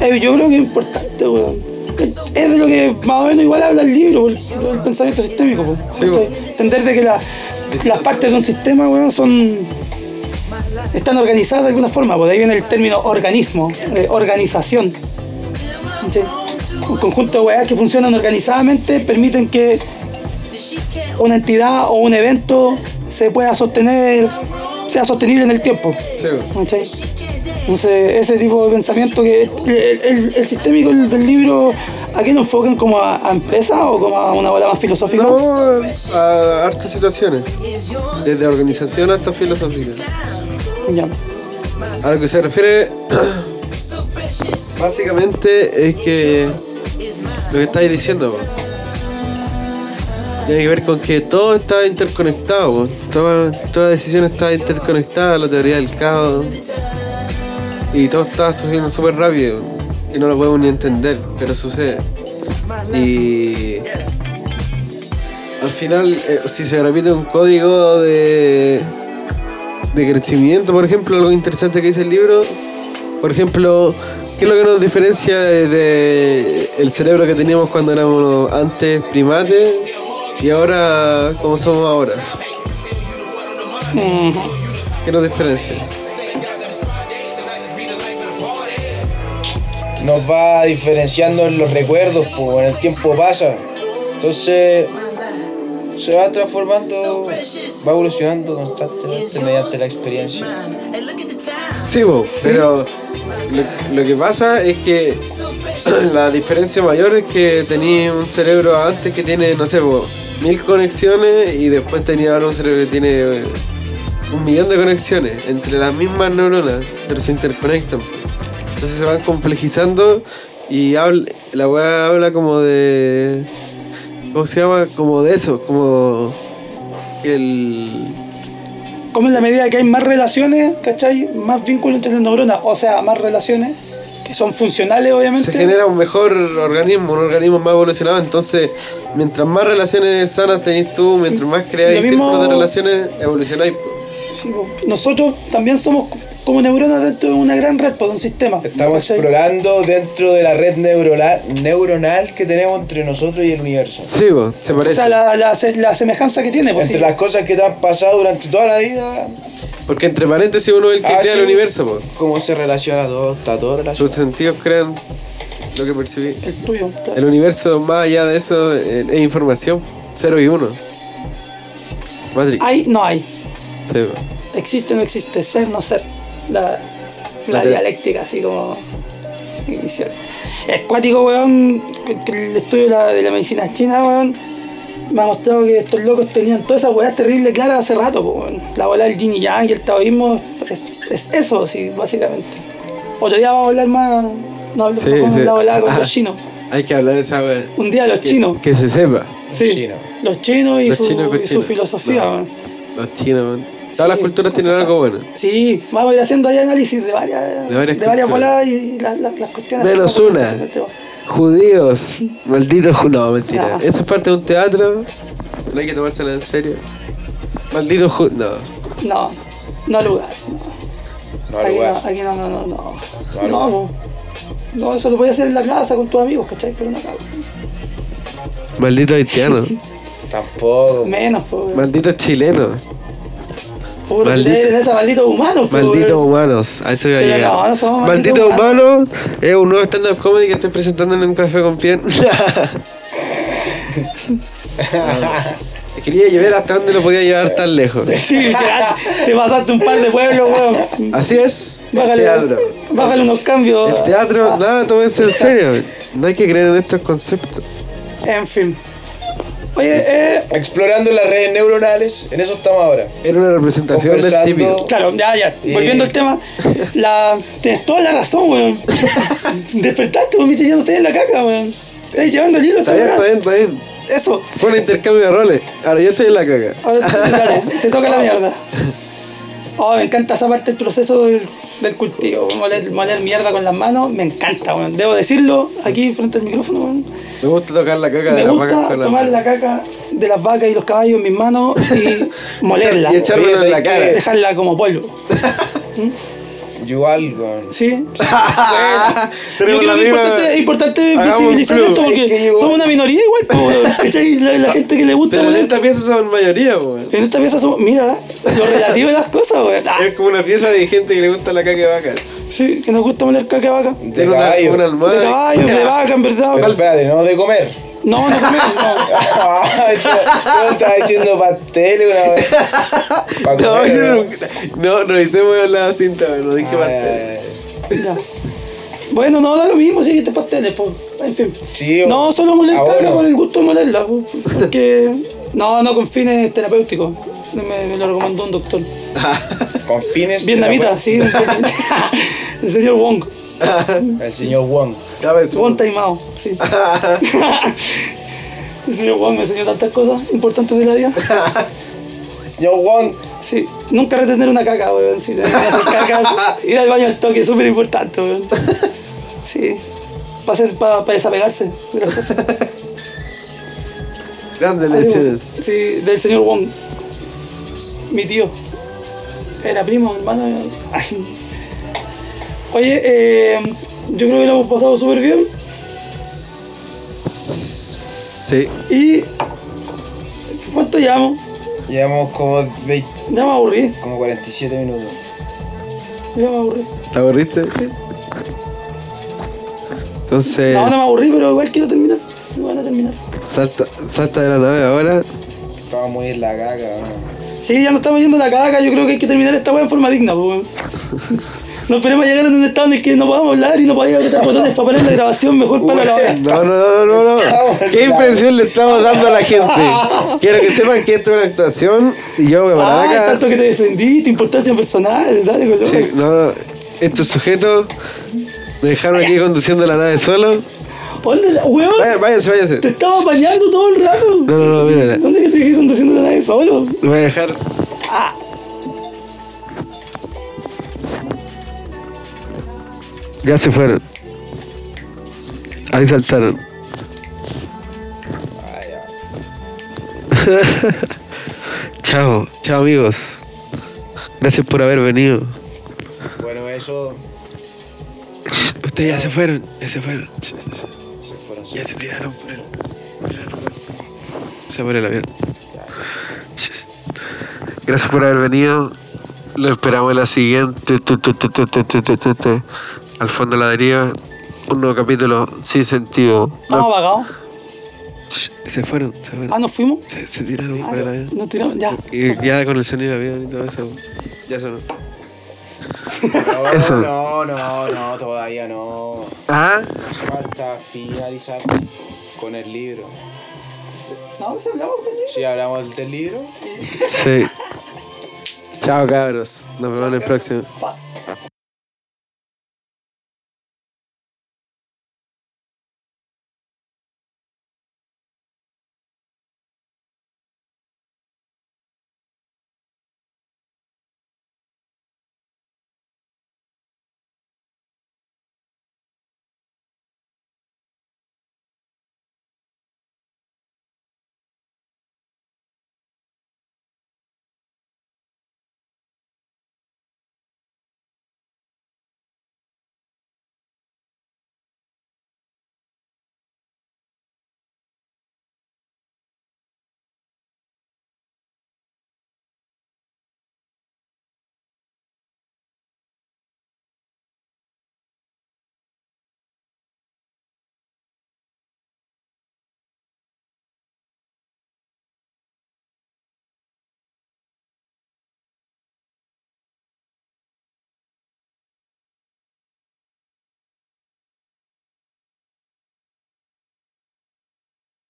Speaker 2: Eh, yo creo que es importante, weón. Es es de lo que más o menos igual habla el libro, el, el pensamiento sistémico, po.
Speaker 3: Sí, po.
Speaker 2: Entonces, Entender de que la- las partes de un sistema, weón, son... Están organizadas de alguna forma, po. de ahí viene el término organismo, eh, organización. ¿Cachai? Un conjunto de weas que funcionan organizadamente permiten que una entidad o un evento se pueda sostener, sea sostenible en el tiempo.
Speaker 3: Sí, po.
Speaker 2: ¿cachai? Entonces, ese tipo de pensamiento que el, el- el sistémico del libro, ¿a qué nos enfocan? ¿Como a, a empresas o como a una bola más filosófica?
Speaker 3: No, a hartas situaciones. Desde organización hasta filosofía.
Speaker 2: Ya.
Speaker 3: A lo que se refiere, (clears throat) básicamente es que lo que estáis diciendo, po. tiene que ver con que todo está interconectado, po. toda, toda decisión está interconectada, la teoría del caos, y todo está sucediendo súper rápido, que no lo podemos ni entender, pero sucede. Y al final, eh, si se repite un código de, de crecimiento, por ejemplo, algo interesante que dice el libro, por ejemplo, ¿qué es lo que nos diferencia de, de el cerebro que teníamos cuando éramos antes primates y ahora como somos ahora?
Speaker 2: Mm,
Speaker 3: ¿Qué nos diferencia?
Speaker 1: nos va diferenciando en los recuerdos, pues en el tiempo pasa. Entonces se va transformando, va evolucionando constantemente mediante la experiencia.
Speaker 3: Sí, bo, pero lo, lo que pasa es que (clears throat) la diferencia mayor es que tenía un cerebro antes que tiene, no sé, bo, mil conexiones y después tenía ahora un cerebro que tiene eh, un millón de conexiones entre las mismas neuronas, pero se interconectan. Entonces se van complejizando y habla- la weá habla como de... ¿Cómo se llama? Como de eso, como... que El...
Speaker 2: Como en la medida que hay más relaciones, ¿cachai? Más vínculos entre las neuronas, o sea, más relaciones que son funcionales, obviamente.
Speaker 3: se genera un mejor organismo, un organismo más evolucionado. Entonces, mientras más relaciones sanas tenés tú, mientras más creáis
Speaker 2: Lo mismo-
Speaker 3: círculos de relaciones, evolucionáis. po.
Speaker 2: Sí, po. Nosotros también somos como neuronas dentro de una gran red, po, de un sistema.
Speaker 1: Estamos
Speaker 2: ¿cachai?
Speaker 1: explorando dentro de la red neurola- neuronal que tenemos entre nosotros y el universo.
Speaker 3: Sí, po, se
Speaker 2: O
Speaker 3: parece.
Speaker 2: sea, la, la se- la semejanza que tiene, pues.
Speaker 1: Entre las cosas que te han pasado durante toda la vida,
Speaker 3: Porque entre paréntesis uno es el que
Speaker 1: Ah,
Speaker 3: crea
Speaker 1: sí.
Speaker 3: el universo. po.
Speaker 1: cómo se relaciona todo, está todo relacionado.
Speaker 3: Sus sentidos crean lo que percibí.
Speaker 2: El tuyo. claro.
Speaker 3: El universo, más allá de eso, eh, es, es información. Cero y uno. Matrix.
Speaker 2: Hay, no hay.
Speaker 3: Sí, po.
Speaker 2: Existe, no existe. Ser, no ser. La, la
Speaker 3: La de-
Speaker 2: dialéctica, así como inicial. Es cuático, weón. que- que El estudio de la, de la medicina china, weón. Me ha mostrado que estos locos tenían todas esas weas terribles claras hace rato, po, weón. La bola del yin y yang y el taoísmo es, es eso, sí, básicamente. Otro día vamos a hablar más. No hablo
Speaker 3: Sí,
Speaker 2: no,
Speaker 3: sí.
Speaker 2: la bola con
Speaker 3: (laughs) Ah,
Speaker 2: los chinos.
Speaker 3: Hay que hablar de esa wea.
Speaker 2: Un día los
Speaker 3: Que-
Speaker 2: chinos.
Speaker 3: Que se sepa.
Speaker 2: Sí,
Speaker 1: Los chinos.
Speaker 2: los chinos y,
Speaker 3: Los
Speaker 2: su,
Speaker 3: chinos
Speaker 2: y su
Speaker 3: cochinos.
Speaker 2: filosofía.
Speaker 3: No.
Speaker 2: weón.
Speaker 3: Los chinos, man. Todas las
Speaker 2: Sí,
Speaker 3: culturas tienen
Speaker 2: o sea,
Speaker 3: algo bueno.
Speaker 2: Sí, vamos a ir haciendo ahí análisis de varias,
Speaker 3: De varias
Speaker 2: de varias
Speaker 3: culturas.
Speaker 2: bolas y las, las- las cuestiones.
Speaker 3: Menos una.
Speaker 2: (laughs)
Speaker 3: Judíos, malditos ju- No, mentira.
Speaker 2: Ah.
Speaker 3: Eso es parte de un teatro. No hay que tomársela en serio. Malditos ju- No.
Speaker 2: No, no lugar.
Speaker 1: No,
Speaker 2: aquí,
Speaker 1: igual.
Speaker 2: no, aquí no, no, no, no.
Speaker 1: Vale.
Speaker 2: No, po. no, eso lo podía hacer en la casa con tus amigos, ¿cachai? Pero no acá. (laughs)
Speaker 3: Maldito haitiano.
Speaker 1: Tampoco.
Speaker 2: Menos, pues.
Speaker 3: Maldito chileno. maldito-
Speaker 2: en esa malditos humanos, po,
Speaker 3: Malditos
Speaker 2: weón.
Speaker 3: humanos, a eso iba a
Speaker 2: Pero
Speaker 3: llegar.
Speaker 2: no, no somos malditos
Speaker 3: Malditos humanos es un nuevo stand-up comedy que estoy presentando en un café con
Speaker 2: (laughs)
Speaker 3: piel. Quería llevar hasta donde lo podía llevar tan lejos.
Speaker 2: (laughs) Sí, te, te pasaste un par de pueblos, weón.
Speaker 3: Así es, el
Speaker 2: Bájale,
Speaker 3: teatro.
Speaker 2: bájale unos cambios.
Speaker 3: El teatro, nada, tómense en serio. No hay que creer en estos conceptos.
Speaker 2: En fin. Oye, eh,
Speaker 1: Explorando las redes neuronales, en eso estamos ahora.
Speaker 3: Era una representación del
Speaker 1: Conversando.
Speaker 3: típico.
Speaker 2: claro, ya, ya.
Speaker 1: Y-
Speaker 2: Volviendo al tema, la, tienes toda la razón,
Speaker 3: (laughs)
Speaker 2: weón. Despertaste, weón, viste, ya no estás en la caca, weón. Estás llevando el hilo,
Speaker 3: Está
Speaker 2: esta
Speaker 3: bien,
Speaker 2: weá.
Speaker 3: está bien, está bien.
Speaker 2: Eso.
Speaker 3: Fue un intercambio de roles. Ahora yo estoy en la caga.
Speaker 2: Ahora tú- dale, te toca
Speaker 3: (laughs)
Speaker 2: la mierda. Oh, me encanta esa parte del proceso del, del cultivo. Moler, moler mierda con las manos, me encanta, weón. Debo decirlo aquí frente al micrófono, weón.
Speaker 3: Me gusta tocar la caga
Speaker 2: Me
Speaker 3: de las vacas
Speaker 2: gusta
Speaker 3: con la
Speaker 2: tomar
Speaker 3: mano.
Speaker 2: la caca de las vacas y los caballos en mis manos
Speaker 3: (laughs)
Speaker 2: y molerla.
Speaker 3: Y echármela
Speaker 1: Oye,
Speaker 3: en la
Speaker 1: ¿sabes
Speaker 3: cara.
Speaker 1: qué?
Speaker 2: Dejarla como polvo.
Speaker 1: Yo igual, weón.
Speaker 2: ¿Sí? Yo
Speaker 3: (laughs)
Speaker 2: creo
Speaker 3: Tenemos la
Speaker 2: que es
Speaker 3: misma-
Speaker 2: importante, es importante
Speaker 3: Hagamos un
Speaker 2: visibilizar
Speaker 3: club.
Speaker 2: esto
Speaker 1: Es que
Speaker 2: porque
Speaker 1: llegó-
Speaker 2: somos una minoría igual, po,
Speaker 3: (laughs)
Speaker 2: weón, ¿cachai? La, la gente que le gusta
Speaker 3: Pero en
Speaker 2: moler-
Speaker 3: esta pieza son mayoría, weón.
Speaker 2: En esta pieza somos. Mira, lo relativo de las cosas, weón. Ah,
Speaker 3: Es como una pieza de gente que le gusta la caca de vacas.
Speaker 2: sí, que nos gusta moler caca de vaca.
Speaker 1: De
Speaker 3: Tiene una,
Speaker 1: caballo.
Speaker 3: una almohada.
Speaker 2: De caballo, de vaca, en verdad.
Speaker 1: Pero espérate, no de comer.
Speaker 2: No, no comemos, no.
Speaker 3: (laughs)
Speaker 1: Ay, no, no estaba echando pasteles una vez. Pa'
Speaker 3: (laughs) (laughs) No,
Speaker 1: comer,
Speaker 3: yo
Speaker 1: ¿no?
Speaker 3: nunca- no, revisemos la cinta, weón. No dije pastel.
Speaker 1: Ay,
Speaker 2: Ya. Bueno, no, da lo mismo si te pasteles, pues. En fin.
Speaker 1: Sí, o-
Speaker 2: no, solo moler
Speaker 1: ahora.
Speaker 2: caca por el gusto de molerla, po, porque. No, no con fines terapéuticos. Me, me lo recomendó un doctor.
Speaker 1: Con fines.
Speaker 2: Vietnamita, sí. El señor Wong.
Speaker 1: El señor Wong.
Speaker 3: Cabeza.
Speaker 2: Wong Taimao, sí. El señor Wong me enseñó tantas cosas importantes de la vida.
Speaker 1: El señor Wong.
Speaker 2: Sí, nunca retener una caca, weón. Si te vas a hacer caca, ir al baño al toque es súper importante, weón. Sí, para pa, pa desapegarse de las cosas.
Speaker 3: Grandes lecciones.
Speaker 2: Sí, del señor Wong. Mi tío. Era primo, hermano. weón. Ay. Oye, eh, yo creo que lo hemos pasado súper bien.
Speaker 3: Sí.
Speaker 2: ¿Y cuánto llamo?
Speaker 1: Llevamos como, vei-
Speaker 2: Ya me aburrí,
Speaker 1: como 47 minutos.
Speaker 2: ya me aburrí.
Speaker 3: ¿Te aburriste?
Speaker 2: Sí.
Speaker 3: Entonces,
Speaker 2: No, no me aburrí, pero igual quiero terminar. Igual a terminar.
Speaker 3: Salta, salta de la nave ahora.
Speaker 1: Estaba muy en la caca, weón.
Speaker 2: Sí, ya no estamos yendo a la caca, yo creo que hay que terminar esta weá en forma digna, po, weón. (laughs) No esperemos a llegar a un estado en el que no podamos hablar y no podamos apretar botones para parar la grabación, mejor para la weá.
Speaker 3: (laughs) No, no, no, no, no. no. ¿Qué impresión le estamos dando a la gente? Quiero que sepan que esto es una actuación y yo,
Speaker 2: Ah,
Speaker 3: camarada.
Speaker 2: tanto que te defendí, tu importancia personal, dale color.
Speaker 3: Sí, no, no. Estos sujetos me dejaron aquí conduciendo la nave solo.
Speaker 2: ¿Dónde la- weón?
Speaker 3: Vaya-
Speaker 2: Te
Speaker 3: Váyanse, váyanse.
Speaker 2: estaba bañando todo el rato.
Speaker 3: No, no, no, mira.
Speaker 2: ¿Dónde que te quedé conduciendo a nadie solo?
Speaker 3: Voy a dejar. Ya se fueron. Ahí saltaron. (laughs) chao, chao amigos. Gracias por haber venido.
Speaker 1: Bueno, eso.
Speaker 3: Ustedes ya se fueron, ya se fueron.
Speaker 1: Se fueron
Speaker 3: Ya se tiraron por el. por el- O sea, por el avión. Gracias por haber venido. Lo esperamos en la siguiente. Tu, tu, tu, tu, tu, tu, tu, tu, tu. Al fondo de la deriva. Un nuevo capítulo sin sentido.
Speaker 2: Estamos apagados.
Speaker 3: Shh, Se fueron, se
Speaker 2: Ah,
Speaker 3: fueron.
Speaker 2: nos fuimos.
Speaker 3: Se, se tiraron
Speaker 2: Ah,
Speaker 3: por el avión.
Speaker 2: nos tiramos, ya.
Speaker 3: Y ya con el sonido de avión y todo eso. Ya sonó.
Speaker 1: No,
Speaker 3: Eso.
Speaker 1: no, no, no, todavía no.
Speaker 3: Ah,
Speaker 1: Nos falta finalizar con el libro.
Speaker 2: No, se hablamos, coño.
Speaker 1: Si hablamos del libro.
Speaker 3: sí. Chao cabros. Nos vemos en el próximo.
Speaker 2: Paz.